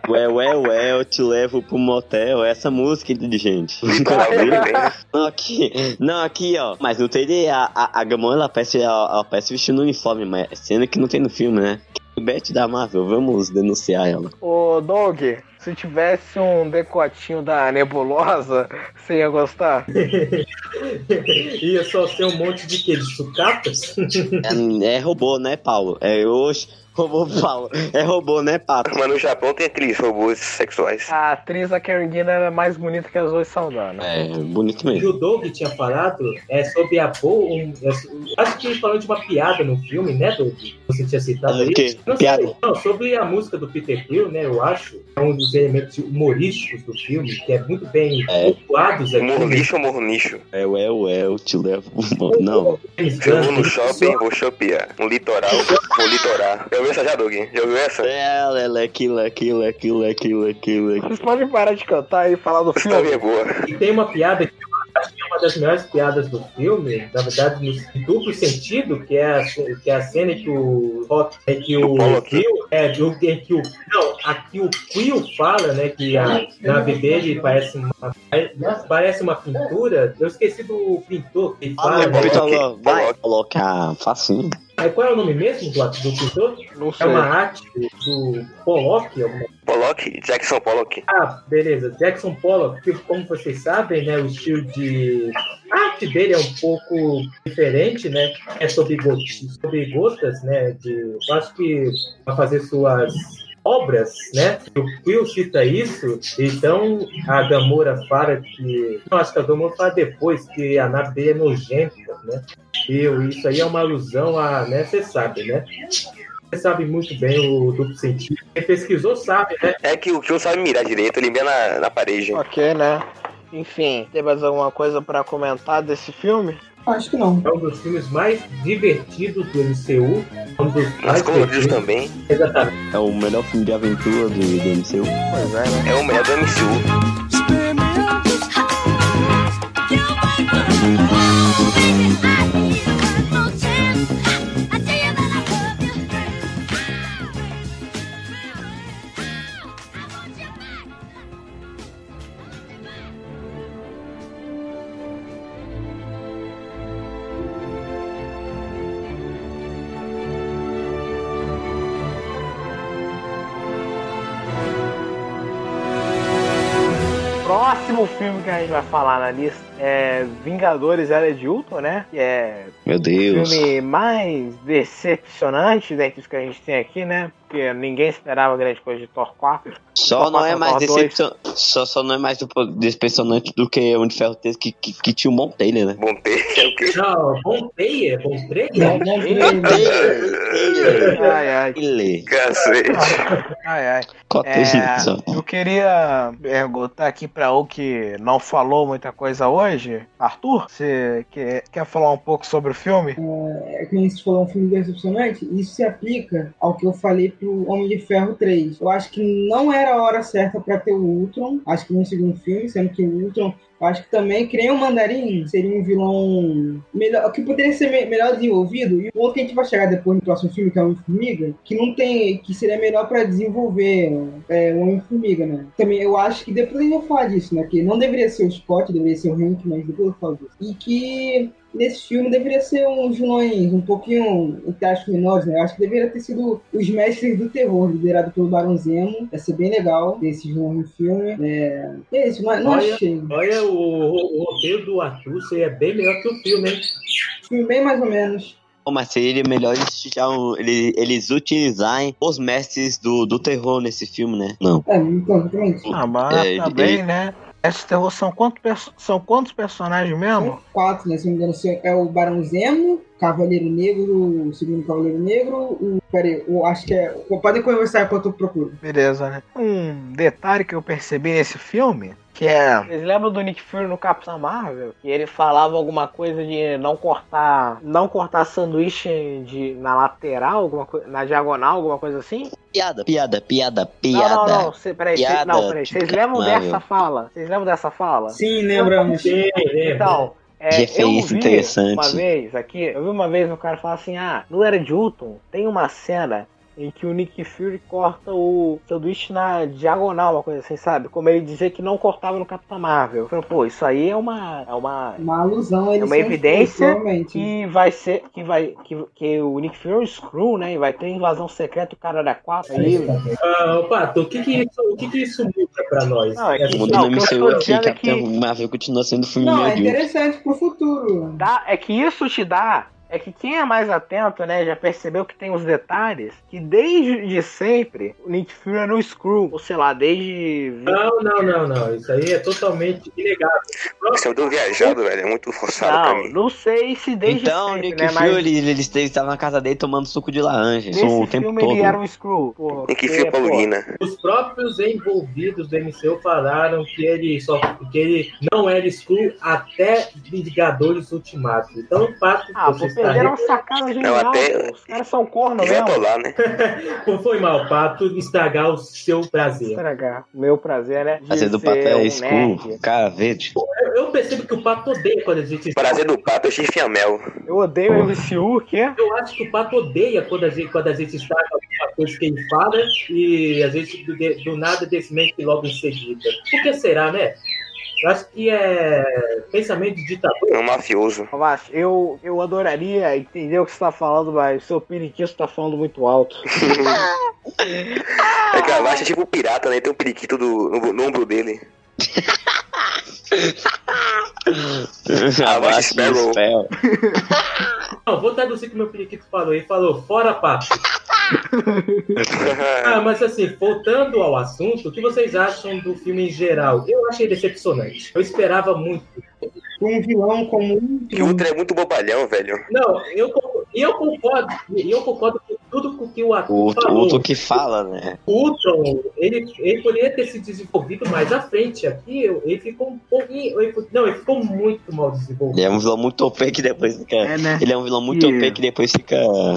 Speaker 5: Ué, ué, ué, eu te levo pro motel. Essa música é inteligente.
Speaker 1: Ah,
Speaker 5: Nunca
Speaker 3: Parabéns,
Speaker 1: é?
Speaker 5: ouviu?
Speaker 3: hein?
Speaker 5: Não, aqui, não, aqui, ó. Mas não teria. A, a, a Gamora, ela parece, ela, ela parece vestindo um uniforme, mas cena que não tem no filme, né? Beth da Marvel, vamos denunciar ela.
Speaker 1: Ô, Doug, se tivesse um decotinho da nebulosa, você ia gostar?
Speaker 2: Ia só ser um monte de quê? De sucatas?
Speaker 5: É, é robô, né, Paulo? É hoje. Robô, Paulo. É robô, né, Pato?
Speaker 3: Mas no Japão tem aqueles robôs sexuais.
Speaker 1: A atriz da Karen Gina era mais bonita que as duas Saldana.
Speaker 5: É, bonito
Speaker 2: E
Speaker 5: mesmo.
Speaker 2: o Doug tinha falado é sobre a boa. um- é- acho que ele falou de uma piada no filme, né, Doug? Você tinha citado
Speaker 5: Ah,
Speaker 2: aí?
Speaker 5: o quê?
Speaker 2: Não sei,
Speaker 5: Piada?
Speaker 2: não, sobre a música do Peter Hill, né? Eu acho. É um dos elementos humorísticos do filme, que é muito bem
Speaker 5: É.
Speaker 2: pontuados aqui.
Speaker 3: Morro lixo ou morro nicho?
Speaker 5: É, ué, ué, eu te levo. pro- Não.
Speaker 2: James
Speaker 3: Eu
Speaker 2: Gunn,
Speaker 3: vou no
Speaker 2: ele
Speaker 3: shopping, vou shopear. No litoral, vou litorar. Já ouviu essa já, Doug? Já ouviu essa?
Speaker 5: É, ela é aquilo, aquilo, aquilo, aquilo, aquilo. aquilo.
Speaker 1: Vocês podem parar de cantar e falar do
Speaker 3: Essa também
Speaker 1: filme?
Speaker 3: é boa.
Speaker 2: E tem uma piada que eu acho que é uma das melhores piadas do filme, na verdade, no duplo sentido, que é a, ce- que é a cena em que o Rock, em que
Speaker 3: Do
Speaker 2: o
Speaker 3: Pollock.
Speaker 2: Hill, é, do- em que o, não, Aqui o Quill fala, né, que a nave dele parece uma, parece uma pintura. Eu esqueci do pintor que ele fala. né?
Speaker 5: Ah, Vitor Ló, vai colocar facinho.
Speaker 2: Aí qual é o nome mesmo do, do pintor?
Speaker 1: Não
Speaker 2: É
Speaker 1: sei.
Speaker 2: uma arte do Pollock, alguma
Speaker 3: Pollock, Jackson Pollock.
Speaker 2: Ah, beleza. Jackson Pollock, que como vocês sabem, né, o estilo de a arte dele é um pouco diferente, né? É sobre, go- sobre gotas, né? De, eu acho que para fazer suas obras, né? O Quill cita isso, então a Gamora fala que... Não, acho que a Gamora fala depois que a nave dele é nojenta, né? Eu, isso aí é uma alusão a, né? Você sabe, né? Você sabe muito bem o duplo sentido. Quem pesquisou sabe, né?
Speaker 3: É que o que não sabe mirar direito, ele mira na, na parede.
Speaker 1: Ok, né? Enfim, tem mais alguma coisa pra comentar desse filme?
Speaker 4: Acho que não.
Speaker 2: É um dos filmes mais divertidos do MCU. Um dos mais
Speaker 3: Mas né? coloridos
Speaker 2: divertidos.
Speaker 3: também.
Speaker 2: Exatamente.
Speaker 5: É o melhor filme de aventura do, do MCU.
Speaker 1: Pois é, né?
Speaker 3: É o melhor do MCU.
Speaker 1: Próximo filme que a gente vai falar na lista é Vingadores Era de Ultron, né? Que é
Speaker 5: Meu
Speaker 1: o
Speaker 5: Deus.
Speaker 1: filme mais decepcionante dentre os que a gente tem aqui, né? Porque ninguém esperava grande coisa de Thor 4.
Speaker 5: Só não é mais
Speaker 1: Thor dois.
Speaker 5: decepcion... só, só não é mais depo- decepcionante do que o de Ferro 3 que, que, que tinha o Montelha, né?
Speaker 3: Bom ter. É o quê?
Speaker 2: Não, bom player, bom
Speaker 4: Não,
Speaker 2: player.
Speaker 4: não vi.
Speaker 5: né?
Speaker 1: Ai, ai.
Speaker 5: Ele.
Speaker 3: Cacete.
Speaker 1: Ai, ai. É,
Speaker 5: Cotejo.
Speaker 1: eu queria perguntar aqui pra o que não falou muita coisa hoje. Arthur, você quer, quer falar um pouco sobre o filme?
Speaker 4: É que a gente falou um filme decepcionante, isso se aplica ao que eu falei pro Homem de Ferro 3. Eu acho que não era a hora certa pra ter o Ultron, acho que no segundo filme, sendo que o Ultron, eu acho que também, que nem o Mandarim, seria um vilão melhor, que poderia ser me- melhor desenvolvido, e o outro que a gente vai chegar depois no próximo filme, que é o Homem-Formiga, que não tem, que seria melhor pra desenvolver é, o Homem-Formiga, né? Também eu acho que depois a gente vai falar disso, né? Que não deveria ser o Scott, deveria ser o Hank, mas depois eu falo disso. E que nesse filme deveria ser uns vilões um pouquinho, entre aspas, menores, né? Eu acho que deveria ter sido os mestres do terror, liderado pelo Barão Zemo. Ia ser bem legal ter esses vilões no filme. É, e é isso, mas não
Speaker 2: Olha-
Speaker 4: achei.
Speaker 2: Olha, o, o, o roteiro do Arthur seria bem melhor que o filme, hein?
Speaker 4: Filme bem mais ou menos.
Speaker 5: Mas seria melhor eles, tiram- ele- eles utilizarem os mestres do, do terror nesse filme, né? Não.
Speaker 4: É, então, pronto.
Speaker 1: Ah, mas
Speaker 5: É,
Speaker 1: também,
Speaker 5: e-
Speaker 1: né? Esse terror são, quanto perso- são quantos personagens mesmo?
Speaker 4: Quatro, né? Se não me engano, é o Barão Zemo, Cavaleiro Negro, o segundo Cavaleiro Negro, o. Peraí, eu acho que é. Podem conversar enquanto eu procuro.
Speaker 1: Beleza, né? Um detalhe que eu percebi nesse filme, que é... Vocês lembram do Nick Fury no Capitão Marvel? Que ele falava alguma coisa de não cortar... Não cortar sanduíche de, na lateral, alguma coi- na diagonal, alguma coisa assim?
Speaker 5: Piada, piada, piada, piada.
Speaker 1: Não, não, não. Cê, peraí, cê-
Speaker 5: Piada,
Speaker 1: não, peraí. Vocês
Speaker 5: tipo,
Speaker 1: lembram
Speaker 5: Marvel.
Speaker 1: dessa fala? Vocês lembram dessa fala?
Speaker 4: Sim, né, lembramos.
Speaker 2: Sim, lembra.
Speaker 1: Então, é, eu
Speaker 5: Referência
Speaker 1: vi
Speaker 5: interessante.
Speaker 1: uma vez aqui, eu vi uma vez um cara falar assim, ah, no Era de Ultron tem uma cena em que o Nick Fury corta o sanduíche na diagonal, uma coisa assim, sabe? Como ele dizia que não cortava no Capitão Marvel. Eu falei, pô, isso aí é uma... É uma...
Speaker 4: Uma alusão a ele
Speaker 1: É uma
Speaker 4: ser um filme,
Speaker 1: evidência
Speaker 4: provavelmente.
Speaker 1: Que vai ser. Que vai. Que, que o Nick Fury é um Screw, né? E vai ter invasão secreta, o cara da 4 aí.
Speaker 2: Ah, opa, Arthur, o que que isso, o que que isso muda pra nós?
Speaker 1: Não, é que-
Speaker 5: O
Speaker 2: Essa-
Speaker 5: mundo
Speaker 1: Não,
Speaker 5: do
Speaker 1: o que eu
Speaker 5: MCU
Speaker 1: tô
Speaker 5: aqui,
Speaker 1: dizendo é que-
Speaker 5: Capitão Marvel continua sendo um filme
Speaker 4: Não, é
Speaker 5: médio.
Speaker 4: interessante pro futuro.
Speaker 1: dá- é que isso te dá. É que quem é mais atento, né, já percebeu que tem os detalhes que desde de sempre o Nick Fury era um Screw. Ou sei lá, desde.
Speaker 2: Não, não, não, não. Isso aí é totalmente inegável.
Speaker 3: Isso é muito viajado, velho. É muito forçado pra
Speaker 1: Não,
Speaker 3: mim.
Speaker 1: não sei se desde
Speaker 5: Então, o
Speaker 1: sempre,
Speaker 5: Nick
Speaker 1: né?
Speaker 5: Fury,
Speaker 1: mas
Speaker 5: ele, ele estava na casa dele tomando suco de laranja. Isso
Speaker 1: nesse
Speaker 5: o tempo
Speaker 1: filme
Speaker 5: todo.
Speaker 1: ele era um Screw. Porra,
Speaker 3: Tem que
Speaker 1: porque,
Speaker 3: fio
Speaker 1: É, pô,
Speaker 3: Paulina.
Speaker 2: Os próprios envolvidos do MCU falaram que ele só que ele não era Skrull até Vingadores Ultimato. Então, o fato
Speaker 1: Ah,
Speaker 2: vocês
Speaker 1: pô, perderam uma sacada genial.
Speaker 3: até-
Speaker 1: pô. Os caras são corno
Speaker 3: Devia
Speaker 1: mesmo.
Speaker 3: atolar, né?
Speaker 2: Pô, Foi mal, pato, estragar o seu prazer.
Speaker 1: Estragar. né, Meu prazer, né? de
Speaker 5: Fazer do
Speaker 1: ser
Speaker 5: papel é
Speaker 1: um
Speaker 5: escuro,
Speaker 1: nerd.
Speaker 5: cara verde.
Speaker 2: Eu, eu percebo que o pato odeia quando a gente.
Speaker 3: Prazer do papo é chifre a mel.
Speaker 1: Eu odeio o MCU, que é.
Speaker 2: Eu acho que o pato odeia quando a gente, quando a gente estraga alguma coisa que ele fala e a gente do, de- do nada desmente logo em seguida. Por que será, né? Eu acho que é pensamento de ditador.
Speaker 3: É um mafioso.
Speaker 1: Mas eu, eu adoraria entender o que você tá falando, mas seu periquito tá falando muito alto.
Speaker 3: É
Speaker 1: Ah.
Speaker 3: que a Vasha é tipo pirata, né? Tem um periquito do, no, no ombro dele.
Speaker 5: Abaixo
Speaker 3: Abaixo do
Speaker 5: do spell.
Speaker 2: Não, vou traduzir o que meu periquito falou. Ele falou, fora pato. Ah, mas assim, voltando ao assunto, o que vocês acham do filme em geral? Eu achei decepcionante. Eu esperava muito.
Speaker 4: Com um vilão comum.
Speaker 3: que o
Speaker 1: um
Speaker 3: Ultra é muito bobalhão, velho.
Speaker 2: Não, eu, con- e eu concordo, e eu concordo com tudo com que o ator
Speaker 5: O outro, o
Speaker 2: falou.
Speaker 5: outro que fala, né?
Speaker 2: O Ultron, ele, ele poderia ter se desenvolvido mais à frente. Aqui eu- ele ficou um pouquinho. ele ficou- não, ele ficou muito mal desenvolvido.
Speaker 5: Ele é um vilão muito OP que depois fica.
Speaker 1: né?
Speaker 5: Ele é um vilão muito
Speaker 1: Yeah.
Speaker 5: OP que depois fica.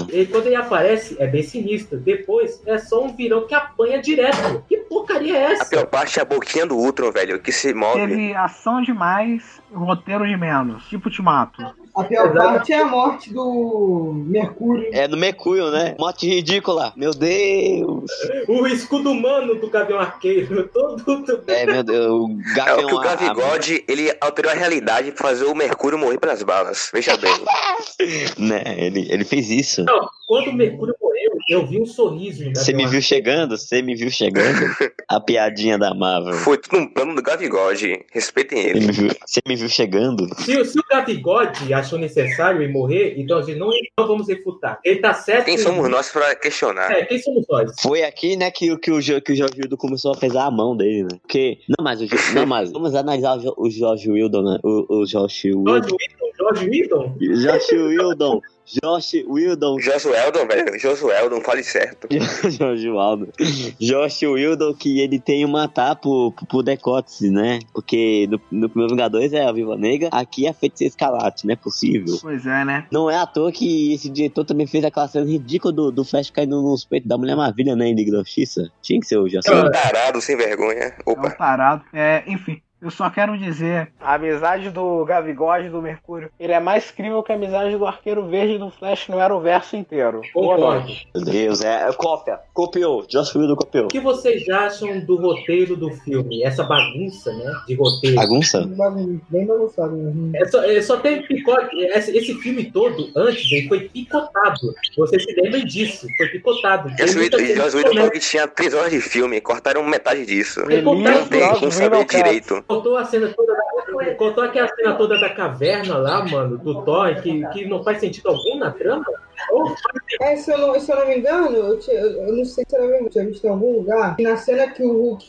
Speaker 2: Ele, quando ele aparece, é bem sinistro. Depois é só um virão que apanha direto. Que porcaria é
Speaker 3: A
Speaker 2: essa?
Speaker 3: pior parte é a boquinha do Ultron, velho, que se
Speaker 2: Uhum.
Speaker 3: move.
Speaker 8: Teve ação demais, roteiro de menos. Tipo te mato.
Speaker 4: A pior parte é a morte do Mercúrio.
Speaker 5: É no Mercúrio, né? Morte ridícula. Meu Deus.
Speaker 2: O escudo humano do Gavião Arqueiro. Todo. todo-
Speaker 5: É, meu Deus.
Speaker 3: É
Speaker 5: O
Speaker 3: o que
Speaker 5: Gavião.
Speaker 3: o Gavigode, ele alterou a realidade pra fazer o Mercúrio morrer pelas balas. Veja bem.
Speaker 5: a- né? Ele, ele fez isso.
Speaker 2: Não, quando o Mercúrio morreu, eu vi um sorriso no
Speaker 5: Você me
Speaker 2: Gavião
Speaker 5: viu chegando? Você me viu chegando? A piadinha da Marvel.
Speaker 3: Foi tudo um plano do Gavigode. Respeitem
Speaker 5: Você
Speaker 3: ele.
Speaker 5: me viu, você me viu chegando?
Speaker 2: Se, se o Gavigode achou necessário ele morrer, então a gente não, não vamos refutar. Ele tá certo.
Speaker 3: Quem somos nós pra questionar?
Speaker 2: É, quem somos nós?
Speaker 5: Foi aqui, né, que, o- que o, Jo- que o Jorge Wildo começou a pesar a mão dele, né? Porque. Não, mas o, Jo- não, mas vamos analisar o, Jo- o Jorge Wildon, né? O, o Jorge Wildon.
Speaker 2: George Whedon? George Whedon?
Speaker 5: Josh Wildon. Josh Wildon.
Speaker 3: Josueldon, velho. Josueldon, fale certo.
Speaker 5: Jorge Waldo. Josh Wildon, que ele tem um matar pro, pro, pro decote, né? Porque no, no primeiro Vingadores é a Viva Negra, aqui é a Feiticeira Escarlate, não é possível.
Speaker 8: Pois é, né?
Speaker 5: Não é à toa que esse diretor também fez aquela cena ridícula do, do Flash caindo nos peitos da Mulher Maravilha, né? Em Liga da Justiça. Tinha que ser assim. o Josh
Speaker 3: É um
Speaker 5: Whedon.
Speaker 3: tarado sem vergonha.
Speaker 8: É um
Speaker 3: Opa.
Speaker 8: tarado. É, enfim, eu só quero dizer.
Speaker 1: A amizade do Gavigode e do Mercúrio, ele é mais crível que a amizade do Arqueiro Verde e do Flash no Arrowverso inteiro. Boa
Speaker 2: Concordo.
Speaker 1: noite.
Speaker 5: Meu Deus, é. é Cópia. Copiou. Josh Wildon copiou.
Speaker 2: O que vocês acham do roteiro do filme? Essa bagunça, né? De roteiro.
Speaker 5: Bagunça?
Speaker 4: Bagun- Bem bagunçado mesmo.
Speaker 2: É só, é só tem picote. Esse, esse filme todo, antes, ele foi picotado. Vocês se lembrem disso. Foi picotado. É. Tem muita coisa
Speaker 3: Josueldon
Speaker 2: que
Speaker 3: falou que tinha três horas de filme. Cortaram metade disso.
Speaker 2: Ele é
Speaker 1: Elias
Speaker 3: Não
Speaker 2: Mas
Speaker 3: tem
Speaker 1: Bros.
Speaker 3: como
Speaker 1: Bruno
Speaker 3: saber
Speaker 1: Alcântara.
Speaker 3: direito.
Speaker 2: Contou a cena toda da, contou aquela cena toda da caverna lá, mano, do Thor, que, que não faz sentido algum na trama.
Speaker 4: É, se eu, não, se eu não me engano, eu, tinha- eu- eu não sei se era mesmo, eu tinha visto em algum lugar. que Na cena que o Hulk,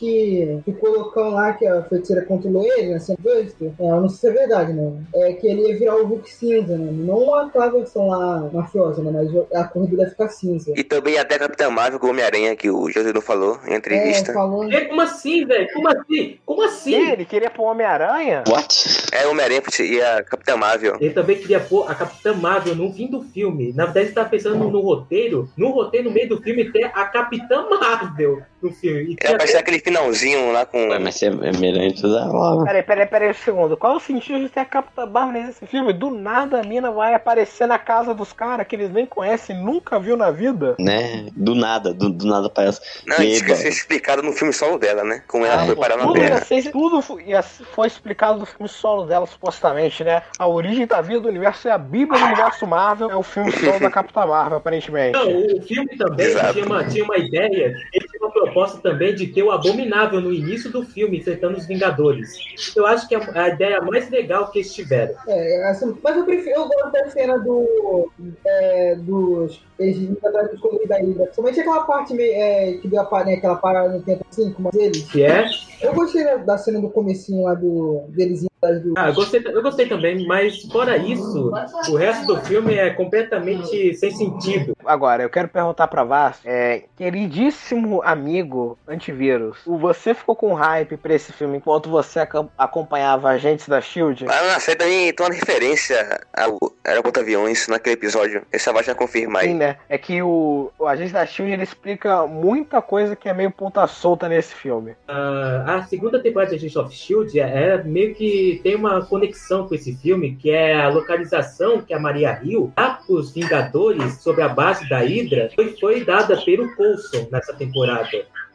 Speaker 4: que o colocão lá, que a feiticeira controlou ele, na cena do Buster, é, eu não sei se é verdade, né? É que ele ia virar o Hulk cinza, né? Não aquela versão lá mafiosa, né? Mas a cor dele ia ficar cinza.
Speaker 3: E também até a Capitã Marvel com o Homem-Aranha, que o Josueldon falou em
Speaker 4: É,
Speaker 3: entrevista.
Speaker 4: falando.
Speaker 2: É, como assim, velho? Como assim? Como
Speaker 1: Ih,
Speaker 2: assim?
Speaker 1: ele queria pôr o Homem-Aranha?
Speaker 5: What?
Speaker 3: É, o Homem-Aranha e a Capitã Marvel.
Speaker 2: Ele também queria pôr a Capitã Marvel no fim do filme. Na verdade, ele tava pensando no roteiro. No roteiro, no meio do filme, tem a Capitã Marvel no filme. E
Speaker 3: É,
Speaker 2: tinha-
Speaker 3: parece aquele finalzinho lá com...
Speaker 5: Ué, mas você é melhor em tudo agora.
Speaker 1: Peraí, peraí, peraí um segundo. Qual o sentido de ter a Capitã Marvel nesse filme? Do nada a mina vai aparecer na casa dos caras que eles nem conhecem, nunca viu na vida.
Speaker 5: Né? Do nada, do, do nada parece.
Speaker 3: Não, isso que
Speaker 5: Eba.
Speaker 3: ser explicado no filme solo dela, né? Como ela
Speaker 5: Ah,
Speaker 3: foi parar na
Speaker 1: Tudo, ia
Speaker 3: Terra.
Speaker 1: ser, tudo fo- ia ser- foi explicado no filme solo dela, supostamente, né? A origem da vida do universo é a Bíblia do universo Marvel, é o filme solo da Capitã Marvel, aparentemente.
Speaker 2: um, Não, o filme também
Speaker 3: é Exato.
Speaker 2: tinha uma, tinha uma ideia, ele tinha uma proposta também de ter o Abominável no início do filme, enfrentando os Vingadores. Eu acho que é a ideia mais legal que eles tiveram.
Speaker 4: É, assim, mas eu prefiro, eu gosto da cena do. É, dos. Eles indo atrás dos comuns da ilha. Somente aquela parte meio, é, que deu a, pa- né, aquela parada no tempo assim, com eles.
Speaker 2: Que é.
Speaker 4: Eu gostei da, da cena do comecinho lá do deles indo atrás do.
Speaker 2: Ah, eu gostei, eu gostei também, mas fora isso, o resto do filme é completamente sem sentido.
Speaker 1: Agora, eu quero perguntar pra Vasco, é, queridíssimo amigo antivírus, o- você ficou com hype pra esse filme
Speaker 3: Ah,
Speaker 1: enquanto você acam- acompanhava Agentes da SHIELD?
Speaker 3: Lá na série também tem uma referência ao, era contra aviões naquele episódio. Esse Savage vai confirmar
Speaker 1: Sim,
Speaker 3: aí.
Speaker 1: né? É que o, o Agente da Shield ele explica muita coisa que é meio ponta solta nesse filme.
Speaker 2: Ah, a segunda temporada de Agents of Shield é, é meio que tem uma conexão com esse filme, que é a localização que a Maria Hill dá pros Vingadores sobre a base da Hydra foi, foi dada pelo Coulson nessa temporada.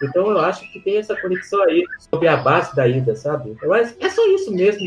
Speaker 2: Então eu acho que tem essa conexão aí sobre a base da Hydra, sabe? Eu acho que é só isso mesmo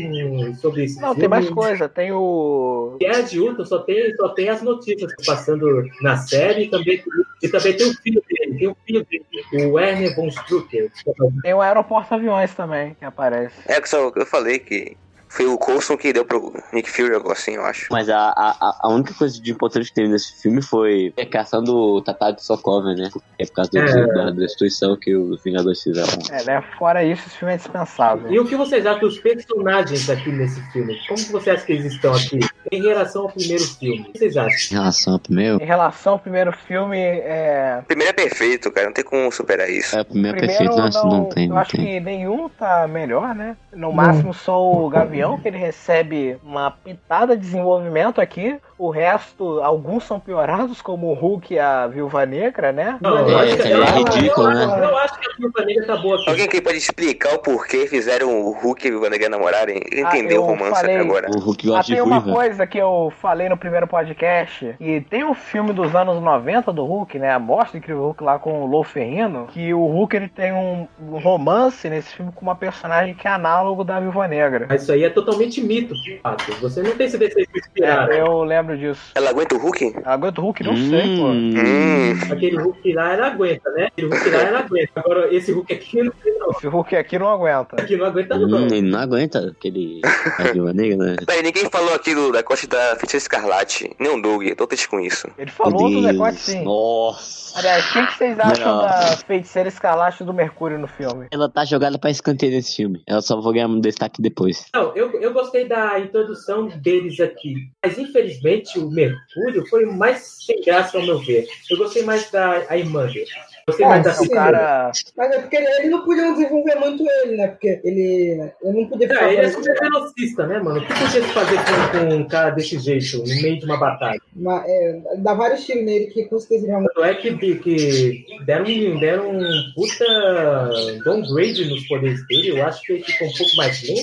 Speaker 2: sobre esse
Speaker 1: Não,
Speaker 2: filme.
Speaker 1: tem mais coisa. Tem o.
Speaker 2: Guerra de Ultron só tem, só tem as notícias passando na série e também, e também tem o filho dele, tem o filho dele, o Werner von Strucker. é
Speaker 1: Tem o Aeroporto Aviões também, que aparece.
Speaker 3: É que só eu falei que foi o Coulson que deu pro Nick Fury algo assim, eu acho.
Speaker 5: Mas a, a, a única coisa de importante que teve nesse filme foi a cação do Tatar de Sokov, né? É por causa do-
Speaker 2: É.
Speaker 5: da destruição que os Vingadores fizeram.
Speaker 1: É, né? Fora isso, esse filme é dispensável.
Speaker 2: E o que vocês acham dos personagens aqui nesse filme? Como que vocês acham que eles estão aqui em relação ao primeiro filme? O que vocês acham?
Speaker 5: Em relação ao primeiro,
Speaker 1: Em relação ao primeiro filme, é.
Speaker 3: O primeiro é perfeito, cara, não tem como superar isso.
Speaker 5: é o primeiro
Speaker 1: primeiro
Speaker 5: perfeito, não, não tem,
Speaker 1: eu
Speaker 5: não
Speaker 1: acho
Speaker 5: tem.
Speaker 1: que nenhum tá melhor, né? No máximo só o Gavião, que ele recebe uma pitada de desenvolvimento aqui. O resto, alguns são piorados, como o Hulk e a Viúva Negra, né?
Speaker 2: Não, eu
Speaker 5: É,
Speaker 2: acho que-
Speaker 5: cara, é
Speaker 2: eu acho-
Speaker 5: ridículo,
Speaker 2: eu acho-
Speaker 5: né?
Speaker 2: Eu acho que a Viúva Negra tá boa aqui.
Speaker 3: Alguém aqui pode explicar o porquê fizeram o Hulk e o Viva Negra namorarem?
Speaker 1: eu
Speaker 3: Entendeu o romance
Speaker 1: falei.
Speaker 3: até agora?
Speaker 5: O Hulk
Speaker 1: Ah,
Speaker 5: gosta de
Speaker 1: tem uma
Speaker 5: ruiva.
Speaker 1: coisa que eu falei no primeiro podcast, que tem um filme dos anos 90 do Hulk, né? A Mostra Incrível Hulk lá com o Lou Ferrino, que o Hulk ele tem um um romance nesse filme com uma personagem que é análogo da Viúva Negra.
Speaker 2: Mas isso aí é totalmente mito, de fato. Você não tem certeza se eles se inspiraram.
Speaker 1: É, eu lembro disso.
Speaker 3: Ela aguenta o Hulk?
Speaker 1: Ela aguenta o Hulk? Não sei, pô.
Speaker 3: Hum,
Speaker 2: Aquele Hulk lá, ela aguenta, né? Aquele Hulk lá, ela aguenta. Agora, esse Hulk aqui, não,
Speaker 1: Esse Hulk é aqui não aguenta.
Speaker 2: aqui não
Speaker 1: Tá
Speaker 2: aguenta não.
Speaker 5: Hum, ele não aguenta aquele a viúva negra, né?
Speaker 3: Peraí, ninguém falou aquilo da costa da feiticeira escarlate. Nem o Doug, eu tô triste com isso.
Speaker 1: Ele
Speaker 5: Meu
Speaker 1: falou do negócio
Speaker 5: Deus,
Speaker 1: sim.
Speaker 5: Nossa.
Speaker 1: Aliás, o que que vocês acham
Speaker 5: Não.
Speaker 1: da feiticeira escarlate do Mercúrio no filme?
Speaker 5: Ela tá jogada pra escanteio nesse filme. Ela só vai ganhar um destaque depois.
Speaker 2: Não, eu, eu gostei da introdução deles aqui, mas infelizmente o Mercúrio foi o mais sem graça ao meu ver. Eu gostei mais da a irmã dele. Gostei
Speaker 4: Ah,
Speaker 2: mais da
Speaker 4: sim.
Speaker 1: É, O um cara.
Speaker 4: Mas é porque eles não podiam desenvolver muito ele, né? Porque ele. Eu não podia
Speaker 2: Ah, ele é
Speaker 4: fazendo-
Speaker 2: super velocista, né, mano? O que podia se fazer com, com um cara desse jeito, no meio de uma batalha?
Speaker 4: Uma- é, dá vários tiros nele que com certeza ele vai morrer.
Speaker 2: Tanto é que, que deram, um- deram um puta downgrade nos poderes dele. Eu acho que ele ficou um pouco mais lento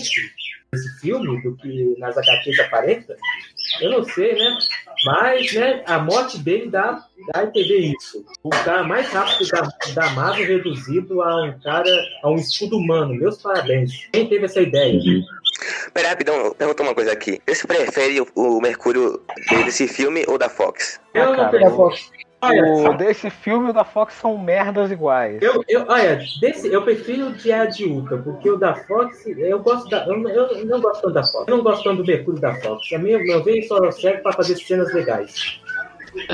Speaker 2: nesse filme do que nas HQs aparenta. Eu não sei, né? Mas né, a morte dele dá, dá a entender isso. O cara mais rápido da, da Marvel reduzido a um cara, a um escudo humano. Meus parabéns. Quem teve essa ideia?
Speaker 3: Peraí, rapidão, pergunta uma coisa aqui. Você prefere o, o Mercúrio desse filme ou da Fox?
Speaker 2: Eu não
Speaker 1: cara,
Speaker 4: Da
Speaker 2: pergunto.
Speaker 4: Fox.
Speaker 1: O desse filme e o da Fox são merdas iguais.
Speaker 2: Eu, eu, olha, desse, eu prefiro o Diário de Uca, porque o da Fox, eu gosto da. Eu, eu não gosto tanto da Fox. Eu não gosto tanto do Mercúrio da Fox. A minha, meu ver só serve pra fazer cenas legais.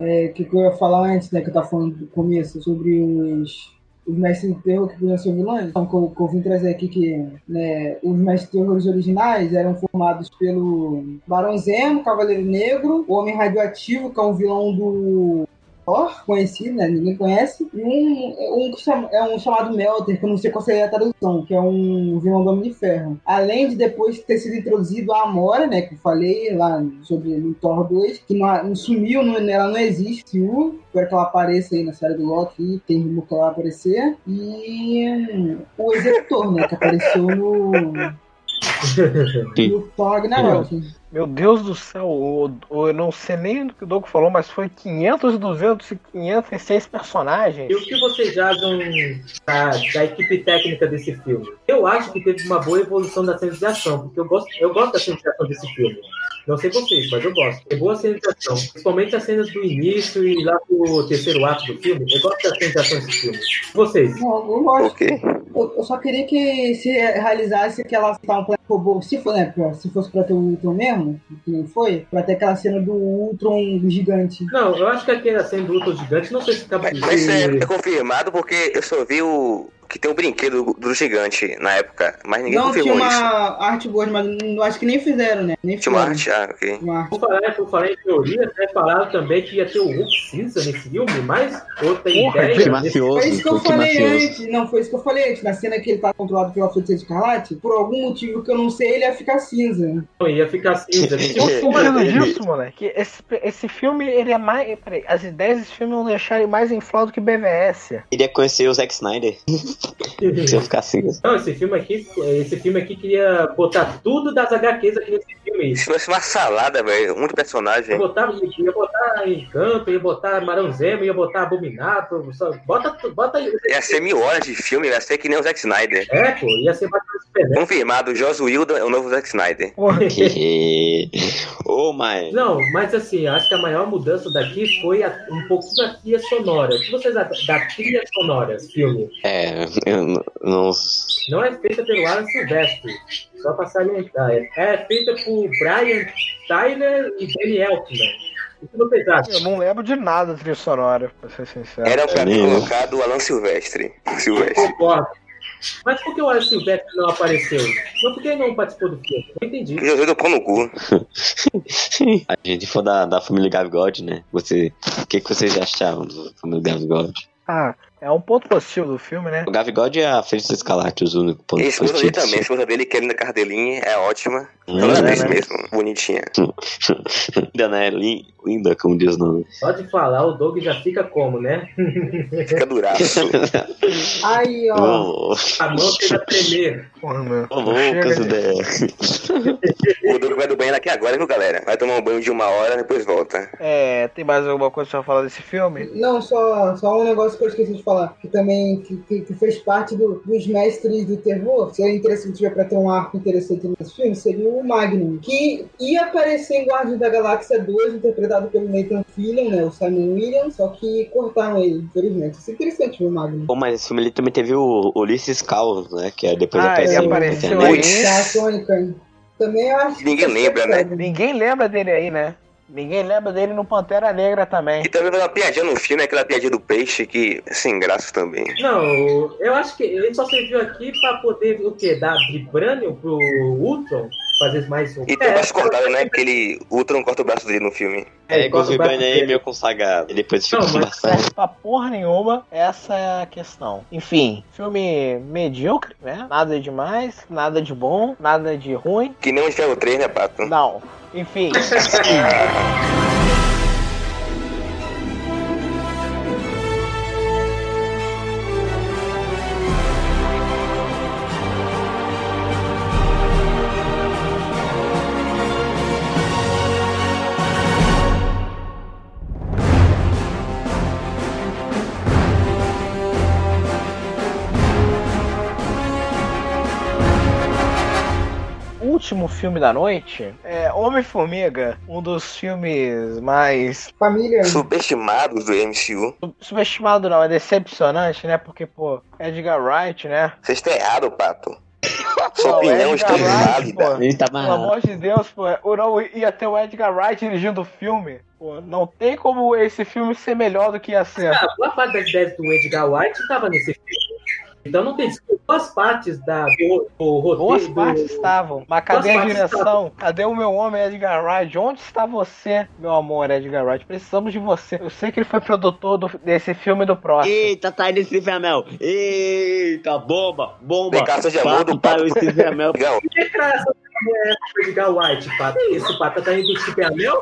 Speaker 4: É, que eu ia falar antes, né? Que eu tava falando do começo sobre os. Os mestres do terror que podiam ser vilões. Então, que eu, que eu vim trazer aqui que né, os mestres terrores originais eram formados pelo Barão Zemo, Cavaleiro Negro, o Homem Radioativo, que é um vilão do Thor, conhecido, né? Ninguém conhece. E um, um que chama- é um chamado Melter, que eu não sei qual seria a tradução, que é um vilão do Homem de Ferro. Além de depois ter sido introduzido a Amora, né? Que eu falei lá sobre no Thor 2, que não, não sumiu, não, ela não existe, viu? Espero que ela apareça aí na série do Loki, tem rumor que ela vai aparecer. E hum, o Executor, né? Que apareceu no, no Thor Ragnarok.
Speaker 1: Meu Deus do céu, o- o- eu não sei nem do que o Doug falou, mas foi 500, 200 e 506 personagens.
Speaker 2: E o que vocês acham da, da equipe técnica desse filme? Eu acho que teve uma boa evolução da cena de ação, porque eu gosto, eu gosto da cena de ação desse filme. Não sei vocês, mas eu gosto. É boa cena de ação. Principalmente as cenas do início e lá pro terceiro ato do filme. Eu gosto da cena de ação desse filme. Vocês?
Speaker 4: Não, eu gosto.
Speaker 3: Por quê?
Speaker 4: Eu, eu só queria que se realizasse aquela tal planeta robô, se for, né, pra- se fosse pra ter o Ultron mesmo, que não foi, pra ter aquela cena do Ultron gigante.
Speaker 2: Não,
Speaker 3: é,
Speaker 2: eu acho que aquele acendo do Ultra Gigante, não sei se tá acaba
Speaker 3: Mas, mas isso é, é confirmado porque eu só vi o que tem o brinquedo do- do gigante na época, mas ninguém
Speaker 4: Não, tinha
Speaker 3: confirmou
Speaker 4: uma
Speaker 3: isso.
Speaker 4: arte boa, mas não, acho que nem fizeram, né? Nem
Speaker 3: Tinha uma
Speaker 4: fizeram.
Speaker 3: arte? Ah, ok.
Speaker 4: Uma arte.
Speaker 2: Por falar, por falar em teoria, até falaram também que ia ter o Hulk cinza nesse filme, mas outra
Speaker 1: Porra,
Speaker 2: ideia.
Speaker 5: Que
Speaker 4: Foi
Speaker 5: mafioso,
Speaker 4: isso que eu
Speaker 5: pô, que
Speaker 4: falei
Speaker 5: mafioso.
Speaker 4: antes. Não, foi isso que eu falei antes. Na cena que ele tá controlado pela feiticeira escarlate, por algum motivo que eu não sei, ele ia ficar cinza.
Speaker 2: Não, ia ficar cinza. né?
Speaker 1: Eu tô falando
Speaker 5: Ele-
Speaker 1: disso, moleque. Esse, esse filme, ele é mais. Peraí, as ideias desse filme vão deixar ele mais inflado que BVS.
Speaker 5: Queria conhecer o Zack Snyder. Se eu ficar assim.
Speaker 2: Não, esse filme aqui, esse filme aqui queria botar tudo das HQs aqui nesse filme.
Speaker 3: Isso não é uma salada, velho. Muito
Speaker 2: Ia
Speaker 3: personagem.
Speaker 2: botar, ia botar Encanto, ia botar Maranzema, ia botar Abominato, só- bota, tu- bota aí.
Speaker 3: Ia ser mil horas de filme, ia ser que nem o Zack Snyder.
Speaker 2: É, pô, ia ser bastante super.
Speaker 3: Confirmado, Joss Whedon é o novo Zack Snyder.
Speaker 1: Porra,
Speaker 5: Ô, mãe.
Speaker 2: Não, mas assim, acho que a maior mudança daqui foi a- um pouquinho da trilha sonora. O que vocês acham da trilha sonora, esse filme?
Speaker 5: É, eu n- não.
Speaker 2: Não é feita pelo Alan Silvestre, só pra salientar. É feita por Brian Tyler e Danny Elfman. O que vocês acham?
Speaker 1: eu não lembro de nada de trilha sonora, pra ser
Speaker 4: É.
Speaker 1: sincero.
Speaker 3: Era pra ter
Speaker 5: mesmo?
Speaker 3: colocado o Alan Silvestre. Silvestre.
Speaker 2: Concordo. Mas por que o Alan Silvestre não apareceu? Mas por que ele não participou do filme? Não entendi.
Speaker 3: O Josué do pão no cu.
Speaker 5: A gente for da, da família Gavigode, né? Você, o que, que vocês acharam da família Gavigode?
Speaker 1: Ah, é um ponto positivo do filme, né?
Speaker 5: O Gavigode é a Feiticeira Escalate, os únicos
Speaker 3: E a
Speaker 5: pontos
Speaker 3: esposa dele também. A
Speaker 5: positivos.
Speaker 3: esposa dele, querendo a Cardelinha, é ótima.
Speaker 5: Hum,
Speaker 3: Ela é
Speaker 1: né,
Speaker 3: atriz
Speaker 1: né?
Speaker 3: mesmo, bonitinha.
Speaker 5: Linda, né? Lin- Linda, como diz o nome.
Speaker 2: Só de falar, o Doug já fica como, né?
Speaker 3: Fica duraço.
Speaker 4: Aí,
Speaker 1: Tá.
Speaker 4: ó.
Speaker 5: Ô,
Speaker 2: A mão chega a tremer.
Speaker 1: Porra, meu.
Speaker 5: ô, loucas
Speaker 1: Chega de-
Speaker 5: ideias.
Speaker 3: O Doug vai do banheiro aqui agora, viu, galera? Vai tomar um banho de uma hora, depois volta.
Speaker 1: É, tem mais alguma coisa pra falar desse filme?
Speaker 4: Não, só, só um negócio que eu esqueci de falar, que também que, que, que fez parte do- dos mestres do terror. Seria interessante ver pra ter um arco interessante nesse filme, seria o Magnum, que ia aparecer em Guardiões da Galáxia 2, interpretado pelo Nathan Fillion, né? O Simon Williams, só que cortaram ele, infelizmente. Isso é interessante ver o Magnum.
Speaker 5: Pô, mas esse filme ali também teve o Ulisses Caos, né? Que é depois
Speaker 1: Ah, ele
Speaker 5: apareceu.
Speaker 1: apareceu
Speaker 5: na
Speaker 1: aí.
Speaker 5: internet.
Speaker 4: Da Sônica. Tá, Também eu acho
Speaker 3: Ninguém lembra, né?
Speaker 1: Ninguém lembra dele aí, né? Ninguém lembra dele no Pantera Negra também.
Speaker 3: E também vai uma piadinha no filme, aquela piadinha do peixe que é sem graça também.
Speaker 2: Não, eu acho que ele só serviu aqui pra poder, o quê? Dar vibranium pro Ultron? Fazer mais um.
Speaker 3: E
Speaker 5: Então,
Speaker 3: tem o braço cortado, né? Que ele, o Ultron corta o braço dele no filme.
Speaker 5: É, igual o
Speaker 2: corta o braço
Speaker 5: Vibane aí,
Speaker 2: dele.
Speaker 5: meio consagrado. E depois fica
Speaker 2: Não, mas-
Speaker 5: embaçado.
Speaker 1: Serve pra porra nenhuma, essa é a questão. Enfim, filme medíocre, né? Nada demais, nada de bom, nada de ruim.
Speaker 3: Que nem o Ferro 3, né, Pato?
Speaker 1: Não. Enfim. último filme da noite é Homem-Formiga, um dos filmes mais
Speaker 4: Família.
Speaker 3: Subestimados do MCU.
Speaker 1: sub- subestimado não, é decepcionante, né? Porque, pô, Edgar Wright, né?
Speaker 3: Você está errado, Pato.
Speaker 1: Não,
Speaker 3: Sua opinião
Speaker 1: Edgar
Speaker 3: está
Speaker 1: Wright,
Speaker 3: inválida.
Speaker 1: pô.
Speaker 5: Ele tá
Speaker 1: Pelo
Speaker 5: amarrado.
Speaker 1: amor de Deus, pô, eu não ia ter o Edgar Wright dirigindo o filme. Pô, não tem como esse filme ser melhor do que ia ser.
Speaker 2: Ah, boa parte das ideias do Edgar White tava nesse filme. Então não tem desculpa. Boas partes da, do, do
Speaker 1: Boas
Speaker 2: roteiro.
Speaker 1: partes
Speaker 2: Do...
Speaker 1: estavam, mas cadê a
Speaker 2: partes
Speaker 1: direção? Cadê o meu homem Edgar Wright? Onde está você, meu amor Edgar Wright? Precisamos de você. Eu sei que ele foi produtor do- desse filme e do próximo.
Speaker 5: Eita, tá ele Steve Amel. Eita, bomba, bomba.
Speaker 3: Declaração de amor
Speaker 5: Pato tá
Speaker 3: do Pato.
Speaker 5: para o Steve Amel.
Speaker 3: Legal.
Speaker 2: Que declaração que é essa do Edgar White, Pato? Que isso, Pato? Tá indo tipo a meu?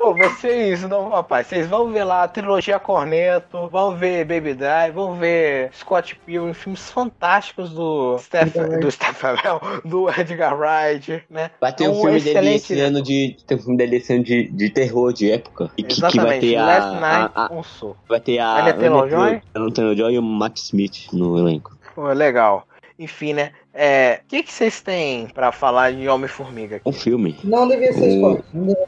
Speaker 1: Pô, vocês não, rapaz, vocês vão ver lá a trilogia Corneto, vão ver Baby Drive, vão ver Scott Pilgrim, filmes fantásticos do Stephen, do Stephen Amell, do Edgar Wright, né?
Speaker 5: Vai ter um,
Speaker 1: Um
Speaker 5: filme dele
Speaker 1: excelente-
Speaker 5: esse ano de. Tem um filme dele esse ano de, de terror de época. E que, que vai
Speaker 1: Exatamente,
Speaker 5: ter a.
Speaker 1: Last Night
Speaker 5: a, a-
Speaker 1: on Soul.
Speaker 5: vai ter a.
Speaker 1: Anya Taylor-Joy?
Speaker 5: Joy e o Matt Smith no elenco.
Speaker 1: Pô, legal. Enfim, né? É, o que que vocês têm pra falar de Homem-Formiga?
Speaker 5: Um filme.
Speaker 4: Não devia ser
Speaker 5: Hum.
Speaker 4: Scott. Não devia-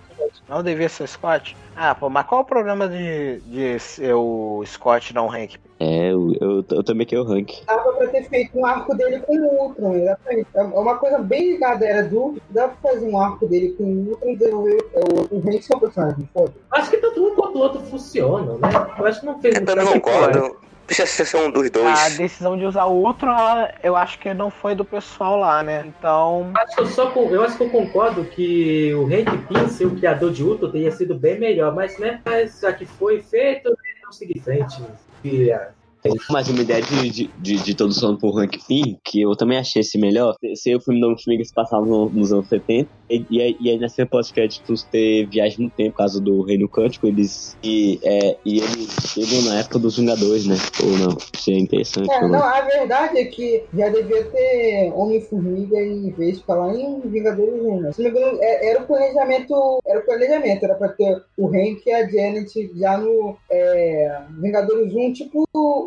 Speaker 1: Não devia ser Scott? Ah, pô, mas qual o problema de, de ser o Scott não rank?
Speaker 5: É, eu, eu, eu também quero o rank.
Speaker 4: Dava pra ter feito um arco dele com o Ultron. né? Dá pra- É uma coisa bem ligada, era do. Dá pra fazer um arco dele com o Ultron e desenvolver o- o Hank só personagem, foda
Speaker 2: tá Acho que tanto um quanto o outro funcionam, né? Eu acho que não fez
Speaker 3: Eu também
Speaker 2: muita
Speaker 3: concordo. Precisa ser um dos
Speaker 1: A
Speaker 3: dois.
Speaker 1: decisão de usar o outro, ela- eu acho que não foi do pessoal lá, né? Então,
Speaker 2: Acho que eu, só, con- eu acho que eu concordo que o Hank Pym ser o criador de Ultron teria sido bem melhor, mas né, mas já que foi feito, né, vamos seguir em frente. E, ah,
Speaker 5: Tem mais uma ideia de, de, de, de introdução pro Hank Pym, que eu também achei esse melhor. Se o filme do Homem-Formiga se passava no- nos anos 70, e, e, aí- e aí nessa pós-créditos ter viagem no tempo, por causa do Reino Cântico, eles. E, é, e eles chegam na época dos Vingadores, né? Ou não? Seria interessante.
Speaker 4: É,
Speaker 5: ou
Speaker 4: não, a verdade é que já devia ter Homem-Formiga em vez de falar em Vingadores Union. Se não me engano, é- era o planejamento, era o planejamento, era pra ter o Hank e a Janet já no é, Vingadores 1, tipo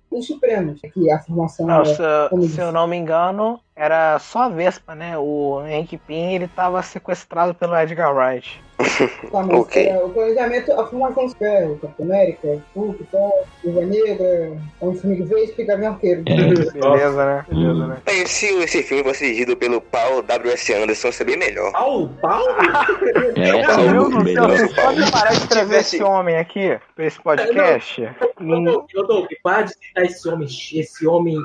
Speaker 4: os Supremos, que a formação
Speaker 5: Ah,
Speaker 1: não,
Speaker 4: é-
Speaker 1: se,
Speaker 4: como
Speaker 1: se
Speaker 4: disse.
Speaker 1: eu não me engano, era só a Vespa, né? O Hank Pym, ele tava sequestrado pelo Edgar Wright.
Speaker 4: Tá, mas
Speaker 3: Ok.
Speaker 4: é, o planejamento, a formação dos ferros, Capitão América, Hulk, Thor, Viva Negra, é um Homem-Formiga Vespa e Gavião Arqueiro.
Speaker 1: Beleza, né? Beleza, né?
Speaker 3: Mas se esse filme fosse dirigido pelo Paul W.S. Anderson, seria melhor.
Speaker 2: pau, pau!
Speaker 5: É, é,
Speaker 1: Meu Deus
Speaker 5: muito
Speaker 1: do céu,
Speaker 5: melhor.
Speaker 1: você pode parar de trazer
Speaker 3: Tivesse-
Speaker 1: esse homem aqui pra esse podcast? Hum,
Speaker 2: Eu tô para de citar esse homem, esse homem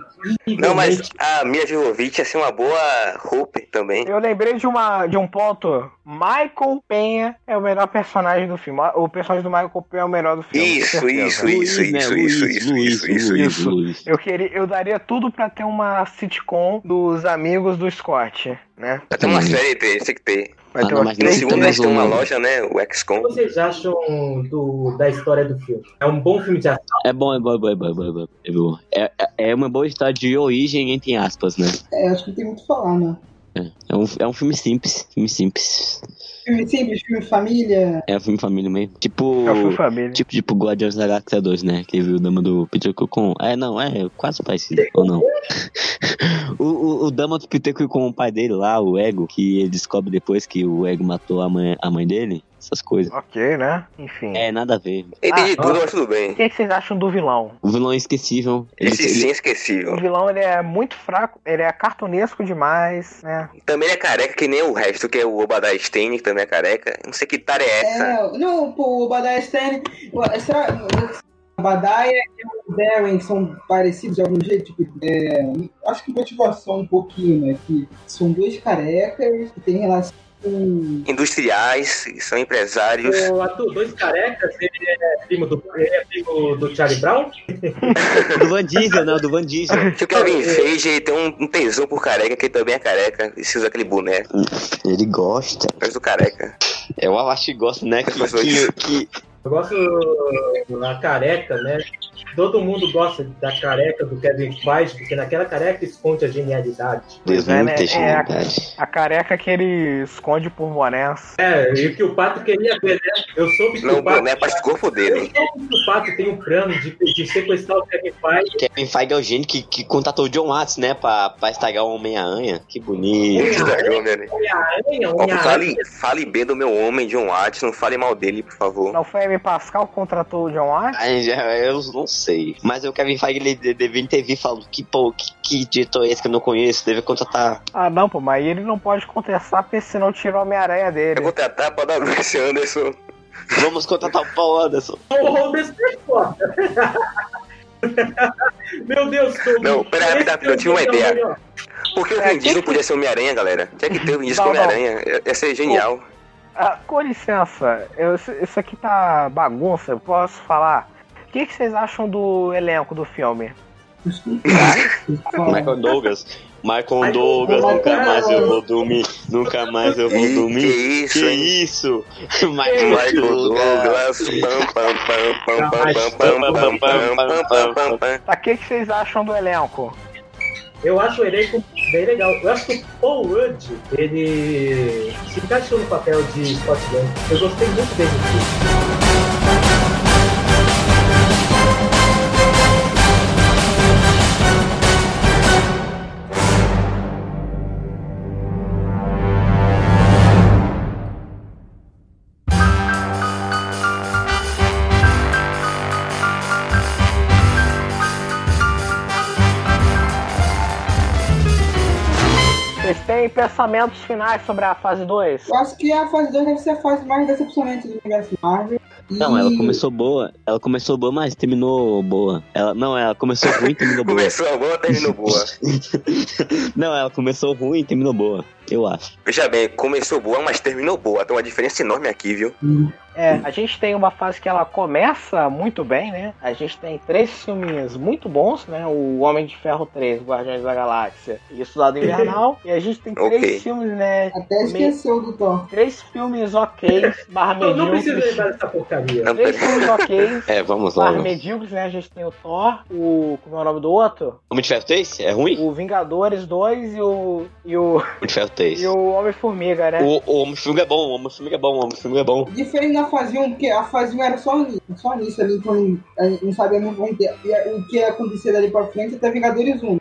Speaker 3: Não, mas
Speaker 2: incrivelmente-
Speaker 3: a Mia Jovovich ia ser uma boa Hope também.
Speaker 1: Eu lembrei de, uma, de um ponto. Michael Penha é o melhor personagem do filme. O personagem do Michael Penha é o melhor do filme. com
Speaker 3: Isso,
Speaker 1: certeza.
Speaker 3: isso, isso,
Speaker 5: né?
Speaker 3: isso, isso, isso, isso, isso,
Speaker 5: Luiz,
Speaker 1: isso.
Speaker 5: Luiz.
Speaker 1: Eu, queria, eu daria tudo pra ter uma sitcom dos amigos do Scott, né?
Speaker 3: Até uma
Speaker 5: Sim.
Speaker 3: série dele, tem que ter.
Speaker 1: Vai
Speaker 5: Ah,
Speaker 1: ter
Speaker 5: não,
Speaker 1: uma
Speaker 5: mas
Speaker 3: No
Speaker 5: Tem
Speaker 3: segundo
Speaker 5: também
Speaker 3: eles têm uma
Speaker 5: um- Ah,
Speaker 3: loja, né? O
Speaker 2: O que
Speaker 3: XCOM.
Speaker 2: vocês acham do, da história do filme? É um bom filme de ação?
Speaker 5: É bom, é bom, é bom, é bom, é bom, é bom, é bom. É, é- é uma boa história de origem, entre aspas, né?
Speaker 4: É, acho que não tem muito o que falar, né?
Speaker 5: É um, é um filme simples, filme simples.
Speaker 4: Filme simples, filme família.
Speaker 5: É um filme família mesmo. Tipo.
Speaker 1: É o filme família.
Speaker 5: Tipo, tipo Guardiões da Galáxia 2, né? Que viu o Dama do Peter Quill com... É, não, é quase parecido, ou não? o, o, o Dama do Peter Quill com o pai dele lá, o Ego, que ele descobre depois que o Ego matou a mãe, a mãe dele, essas coisas.
Speaker 1: Ok, né? Enfim.
Speaker 5: É, nada a ver.
Speaker 3: Entendi
Speaker 1: Ah,
Speaker 3: tudo,
Speaker 1: ó.
Speaker 3: mas tudo bem.
Speaker 1: O que, é que vocês acham do vilão?
Speaker 5: O vilão é esquecível. Ele,
Speaker 3: Esse
Speaker 5: ele-
Speaker 3: sim é
Speaker 1: O
Speaker 3: esquecível.
Speaker 1: vilão ele é muito fraco, ele é cartunesco demais, né?
Speaker 3: Também ele é careca, que nem o resto, que é o Obadiah Stein, que também é careca. Não sei que tara é essa.
Speaker 4: É, não, pô, o Badai Stan. o- Será o Badai e o Darren são parecidos de algum jeito? Tipo, é, acho que motivação um pouquinho, né? Que são dois carecas que têm relação
Speaker 5: É.
Speaker 4: com.
Speaker 3: Industriais, são empresários.
Speaker 2: O ator Dois Carecas, ele é primo do, ele é primo do Charlie Brown?
Speaker 5: Do Van Diesel, né? Do Van Diesel.
Speaker 3: Se o
Speaker 5: É.
Speaker 3: Kevin Feige ele tem um, um tesão por careca, que ele também é careca, e se usa aquele boneco,
Speaker 5: Ele gosta.
Speaker 3: mas do careca.
Speaker 5: É o Alash gosta, né? Que, que, que-
Speaker 2: Eu gosto da careca, né? Todo mundo gosta da careca do Kevin Feige, porque naquela careca esconde a genialidade.
Speaker 1: Pois é, né?
Speaker 5: muita
Speaker 1: É,
Speaker 5: genialidade.
Speaker 1: A careca que ele esconde por bonés.
Speaker 2: É, e o que o Pato queria ver, né? Eu soube que
Speaker 3: Não,
Speaker 2: o
Speaker 3: o
Speaker 2: Pato...
Speaker 3: boneco é parte do corpo
Speaker 2: Eu
Speaker 3: dele.
Speaker 2: soube que o Pato tem um plano de, de sequestrar o Kevin Feige.
Speaker 5: Kevin Feige é o gênio que, que contatou o John Watts, né? Pra, pra estragar o Homem-Aranha. Que bonito.
Speaker 3: Esse dragão, né?
Speaker 2: Homem-Aranha,
Speaker 3: Ó,
Speaker 2: Homem-Aranha.
Speaker 3: Fale, fale bem do meu homem, John Watts, não fale mal dele, por favor.
Speaker 1: Não foi a M. Pascal que contratou o John Watts?
Speaker 5: Ai, já- Eu não sei. Mas o Kevin Feige ele de- devia ter vindo falando que, pô, que, que diretor é esse que eu não conheço? Deve contratar.
Speaker 1: Ah, não, pô, mas ele não pode contestar porque senão tira o Homem-Aranha
Speaker 3: Eu
Speaker 1: dele.
Speaker 3: vou tratar pra dar o esse Anderson.
Speaker 5: Vamos contratar o Paul Anderson.
Speaker 2: O Anderson é foda. Meu Deus, tô...
Speaker 3: Não, pera aí,
Speaker 2: Esse
Speaker 3: rapidão, eu tive uma
Speaker 2: é o
Speaker 3: ideia.
Speaker 2: melhor.
Speaker 3: Por que o
Speaker 1: É,
Speaker 3: Vin Diesel
Speaker 1: que-
Speaker 3: podia ser Homem-Aranha, galera? Já que teve o Vin Diesel
Speaker 1: Não,
Speaker 3: como Homem-Aranha, ia ser genial.
Speaker 1: Ah, com licença, eu- isso- isso aqui tá bagunça, eu posso falar? O que, que vocês acham do elenco do filme?
Speaker 5: Michael Douglas. Michael
Speaker 2: Michael
Speaker 5: Douglas,
Speaker 4: Douglas.
Speaker 5: nunca mais eu vou dormir. Nunca mais eu vou
Speaker 3: Ih, que
Speaker 5: dormir.
Speaker 3: isso,
Speaker 5: Que
Speaker 3: hein?
Speaker 5: isso? Michael
Speaker 3: Michael
Speaker 5: Douglas.
Speaker 3: Douglas. Pam, pam, pam, pam, pam, pam, pam, pam, pam, pam, pam, pam, pam.
Speaker 1: Tá, o que, que vocês acham do elenco?
Speaker 2: Eu acho o elenco bem legal. Eu acho que o Paul Rudd, ele se encaixou no papel de Scott Lang. Eu gostei muito dele.
Speaker 1: Vocês têm pensamentos finais sobre a fase 2?
Speaker 4: Eu acho que a fase 2 deve ser a fase mais decepcionante do universo Marvel.
Speaker 5: Não, ela
Speaker 4: E-
Speaker 5: começou boa. Ela começou boa, mas terminou boa. Ela, não, ela começou ruim e terminou boa.
Speaker 3: Começou boa, terminou boa.
Speaker 5: não, ela começou ruim e terminou boa. Eu acho.
Speaker 3: Veja bem, começou boa, mas terminou boa. Tem uma diferença enorme aqui, viu?
Speaker 1: É, a gente tem uma fase que ela começa muito bem, né? A gente tem três filminhos muito bons, né? O Homem de Ferro 3, Guardiões da Galáxia e Estudado Invernal. e a gente tem três
Speaker 3: Ok.
Speaker 1: filmes, né?
Speaker 4: Até esqueceu do Thor.
Speaker 1: Três filmes ok, barra
Speaker 2: Eu não preciso
Speaker 1: medíocres.
Speaker 2: lembrar dessa porcaria.
Speaker 3: Não,
Speaker 1: Três filmes ok,
Speaker 5: É, vamos
Speaker 1: barra medíocres, né? A gente tem o Thor, o... como é o nome do outro?
Speaker 5: Homem de Ferro 3? É ruim?
Speaker 1: O Vingadores 2 e o... e o...
Speaker 5: Homem de Ferro 3.
Speaker 1: e o Homem-Formiga, né?
Speaker 5: O, o Homem de Formiga é bom, o Homem de Formiga é bom, o Homem de Formiga é bom.
Speaker 4: Diferente da fase 1, porque a fase 1 era só nisso, só nisso ali, então a gente não sabia muito bem o que- e o que ia acontecer dali pra frente até Vingadores 1.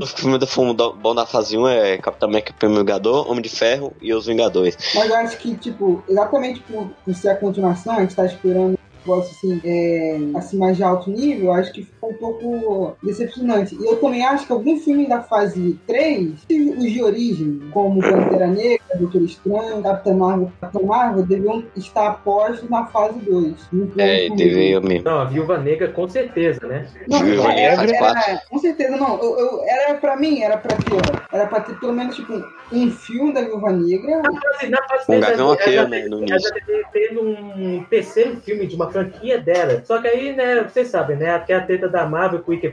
Speaker 5: O filme do filme do- bom da fase 1 é Capitão América Primeiro Vingador, Homem de Ferro e Os Vingadores.
Speaker 4: Mas eu acho que, tipo, exatamente por, por ser a continuação, a gente tá esperando um negócio assim, é, assim, mais de alto nível, eu acho que ficou um pouco decepcionante. E eu também acho que algum filme da fase 3, os de origem, como Pantera Negra, Doutor Estranho, Capitão Marvel, Capitão Marvel, deveriam estar postos na fase 2. no plano
Speaker 5: É,
Speaker 4: comigo.
Speaker 5: teve eu mesmo.
Speaker 2: Não, a Viúva Negra com certeza, né?
Speaker 4: Não,
Speaker 5: Viúva
Speaker 4: cara,
Speaker 5: Negra é, faz
Speaker 4: era-
Speaker 5: parte.
Speaker 4: com certeza não. Eu, eu- era pra mim, era pra ter, ó, era pra ter pelo menos tipo, um filme da Viúva Negra.
Speaker 2: Na fase, Assim, na fase
Speaker 5: Um
Speaker 2: dela,
Speaker 5: gavião
Speaker 2: ela já-
Speaker 5: arqueiro, né, no
Speaker 2: Ela
Speaker 5: início.
Speaker 2: já deveria ter um terceiro filme de uma franquia dela. Só que aí, né, vocês sabem, né? Até a treta da Marvel com o Ike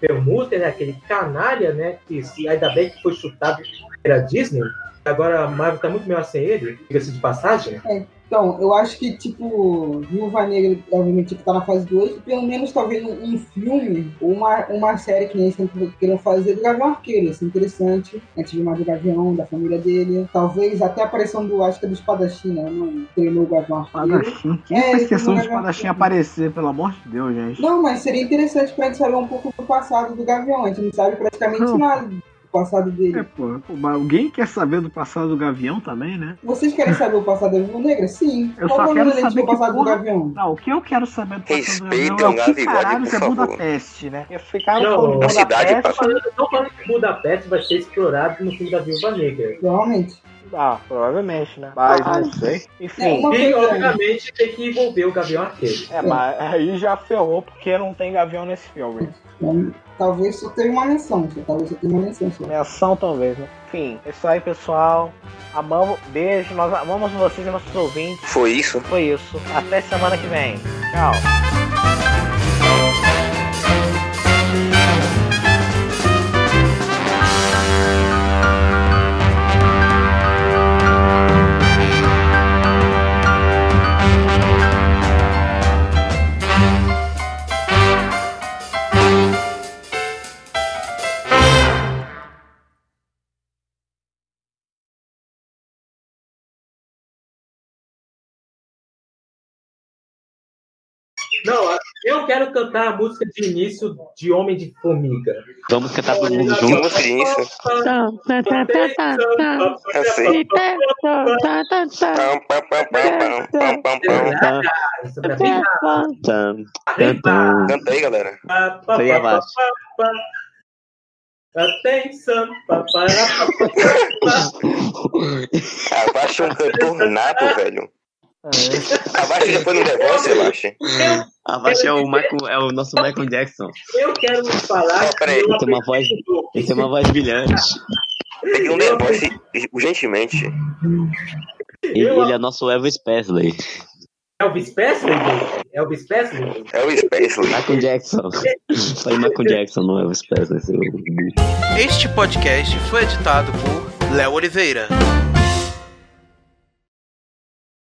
Speaker 2: Permuter, né? Aquele canalha, né? Que se, ainda bem que foi chutado pela Disney. Agora a Marvel tá muito melhor sem ele, diga-se de passagem.
Speaker 4: Então, eu acho que, tipo, Viúva Negra, obviamente, que tá na fase 2, pelo menos talvez um, um filme ou uma, uma série que nem eles estão querendo fazer do Gavião Arqueiro, assim, interessante. A gente viu mais do Gavião, da família dele. Talvez até a aparição do, acho que é do Espadachim, né? Não treinou o Gavião Arqueiro.
Speaker 8: Espadachim. Quem
Speaker 4: É,
Speaker 8: é,
Speaker 4: esse
Speaker 8: esqueceu do
Speaker 4: lugar-
Speaker 8: espadachim aparecer, pelo amor de Deus, gente?
Speaker 4: Não, mas seria interessante pra gente saber um pouco do passado do Gavião. A gente não sabe praticamente
Speaker 8: Não.
Speaker 4: nada do passado
Speaker 8: É,
Speaker 4: dele.
Speaker 8: pô, pô, mas alguém quer saber do passado do Gavião também, né?
Speaker 4: Vocês querem saber o passado da Viúva Negra? Sim.
Speaker 8: Eu
Speaker 4: Qual
Speaker 8: só quero
Speaker 4: o problema da gente
Speaker 8: saber
Speaker 4: ver o
Speaker 8: que
Speaker 4: passado do
Speaker 8: porra-
Speaker 4: Gavião?
Speaker 8: Não, o que eu quero saber do passado do
Speaker 3: Respeitem
Speaker 8: Gavião é o
Speaker 3: o
Speaker 8: que
Speaker 3: Gabigode,
Speaker 8: caralho
Speaker 3: Então, por
Speaker 8: é
Speaker 3: favor.
Speaker 8: Budapeste, né? Eles ficaram
Speaker 2: Não,
Speaker 8: falando
Speaker 2: a
Speaker 3: cidade,
Speaker 2: Tô
Speaker 1: Budapeste.
Speaker 2: falando, tô falando que Budapeste vai ser explorado no filme da Viúva Negra.
Speaker 4: Provavelmente.
Speaker 1: Ah, provavelmente, né? Mas
Speaker 4: Ah,
Speaker 1: não sei. Enfim.
Speaker 4: Uma
Speaker 2: E,
Speaker 4: coisa-
Speaker 2: obviamente, tem que envolver o Gavião Arqueiro.
Speaker 1: É, mas aí já ferrou porque não tem Gavião nesse filme.
Speaker 4: Então, Talvez só tenha uma menção, só. talvez só tenha uma menção. Só.
Speaker 1: Menção talvez, né? Enfim, é isso aí, pessoal. Amamos, beijo, nós amamos vocês e nossos ouvintes.
Speaker 3: Foi isso.
Speaker 1: Foi isso. Até semana que vem. Tchau.
Speaker 2: Não, eu quero cantar a música de início de Homem de Formiga.
Speaker 5: Vamos cantar todo mundo
Speaker 3: Que
Speaker 5: junto.
Speaker 3: música é isso? Eu sei.
Speaker 9: Tá,
Speaker 3: Pam, pam, pam, pam, pam, pam, pam, pam.
Speaker 5: Tam,
Speaker 2: é,
Speaker 5: tam, tam.
Speaker 3: Canta aí, galera.
Speaker 5: Sei abaixo.
Speaker 2: Atenção, papai.
Speaker 3: Abaixa um cantor nato, velho. Abaixa depois no The Voice, abaixa.
Speaker 5: Abaixo é o, Michael, é o nosso Michael Jackson.
Speaker 2: Eu quero falar
Speaker 3: Não, peraí,
Speaker 5: Ele tem uma voz, ele tem uma voz brilhante.
Speaker 3: Peguei um The Voice urgentemente.
Speaker 5: Ele, ele é nosso Elvis Presley.
Speaker 2: É Elvis Presley? gente? Elvis Presley?
Speaker 3: É o Spacely.
Speaker 5: Michael Jackson. Falei Michael Jackson, não Elvis Presley. seu burro.
Speaker 10: Este podcast foi editado por Léo Oliveira.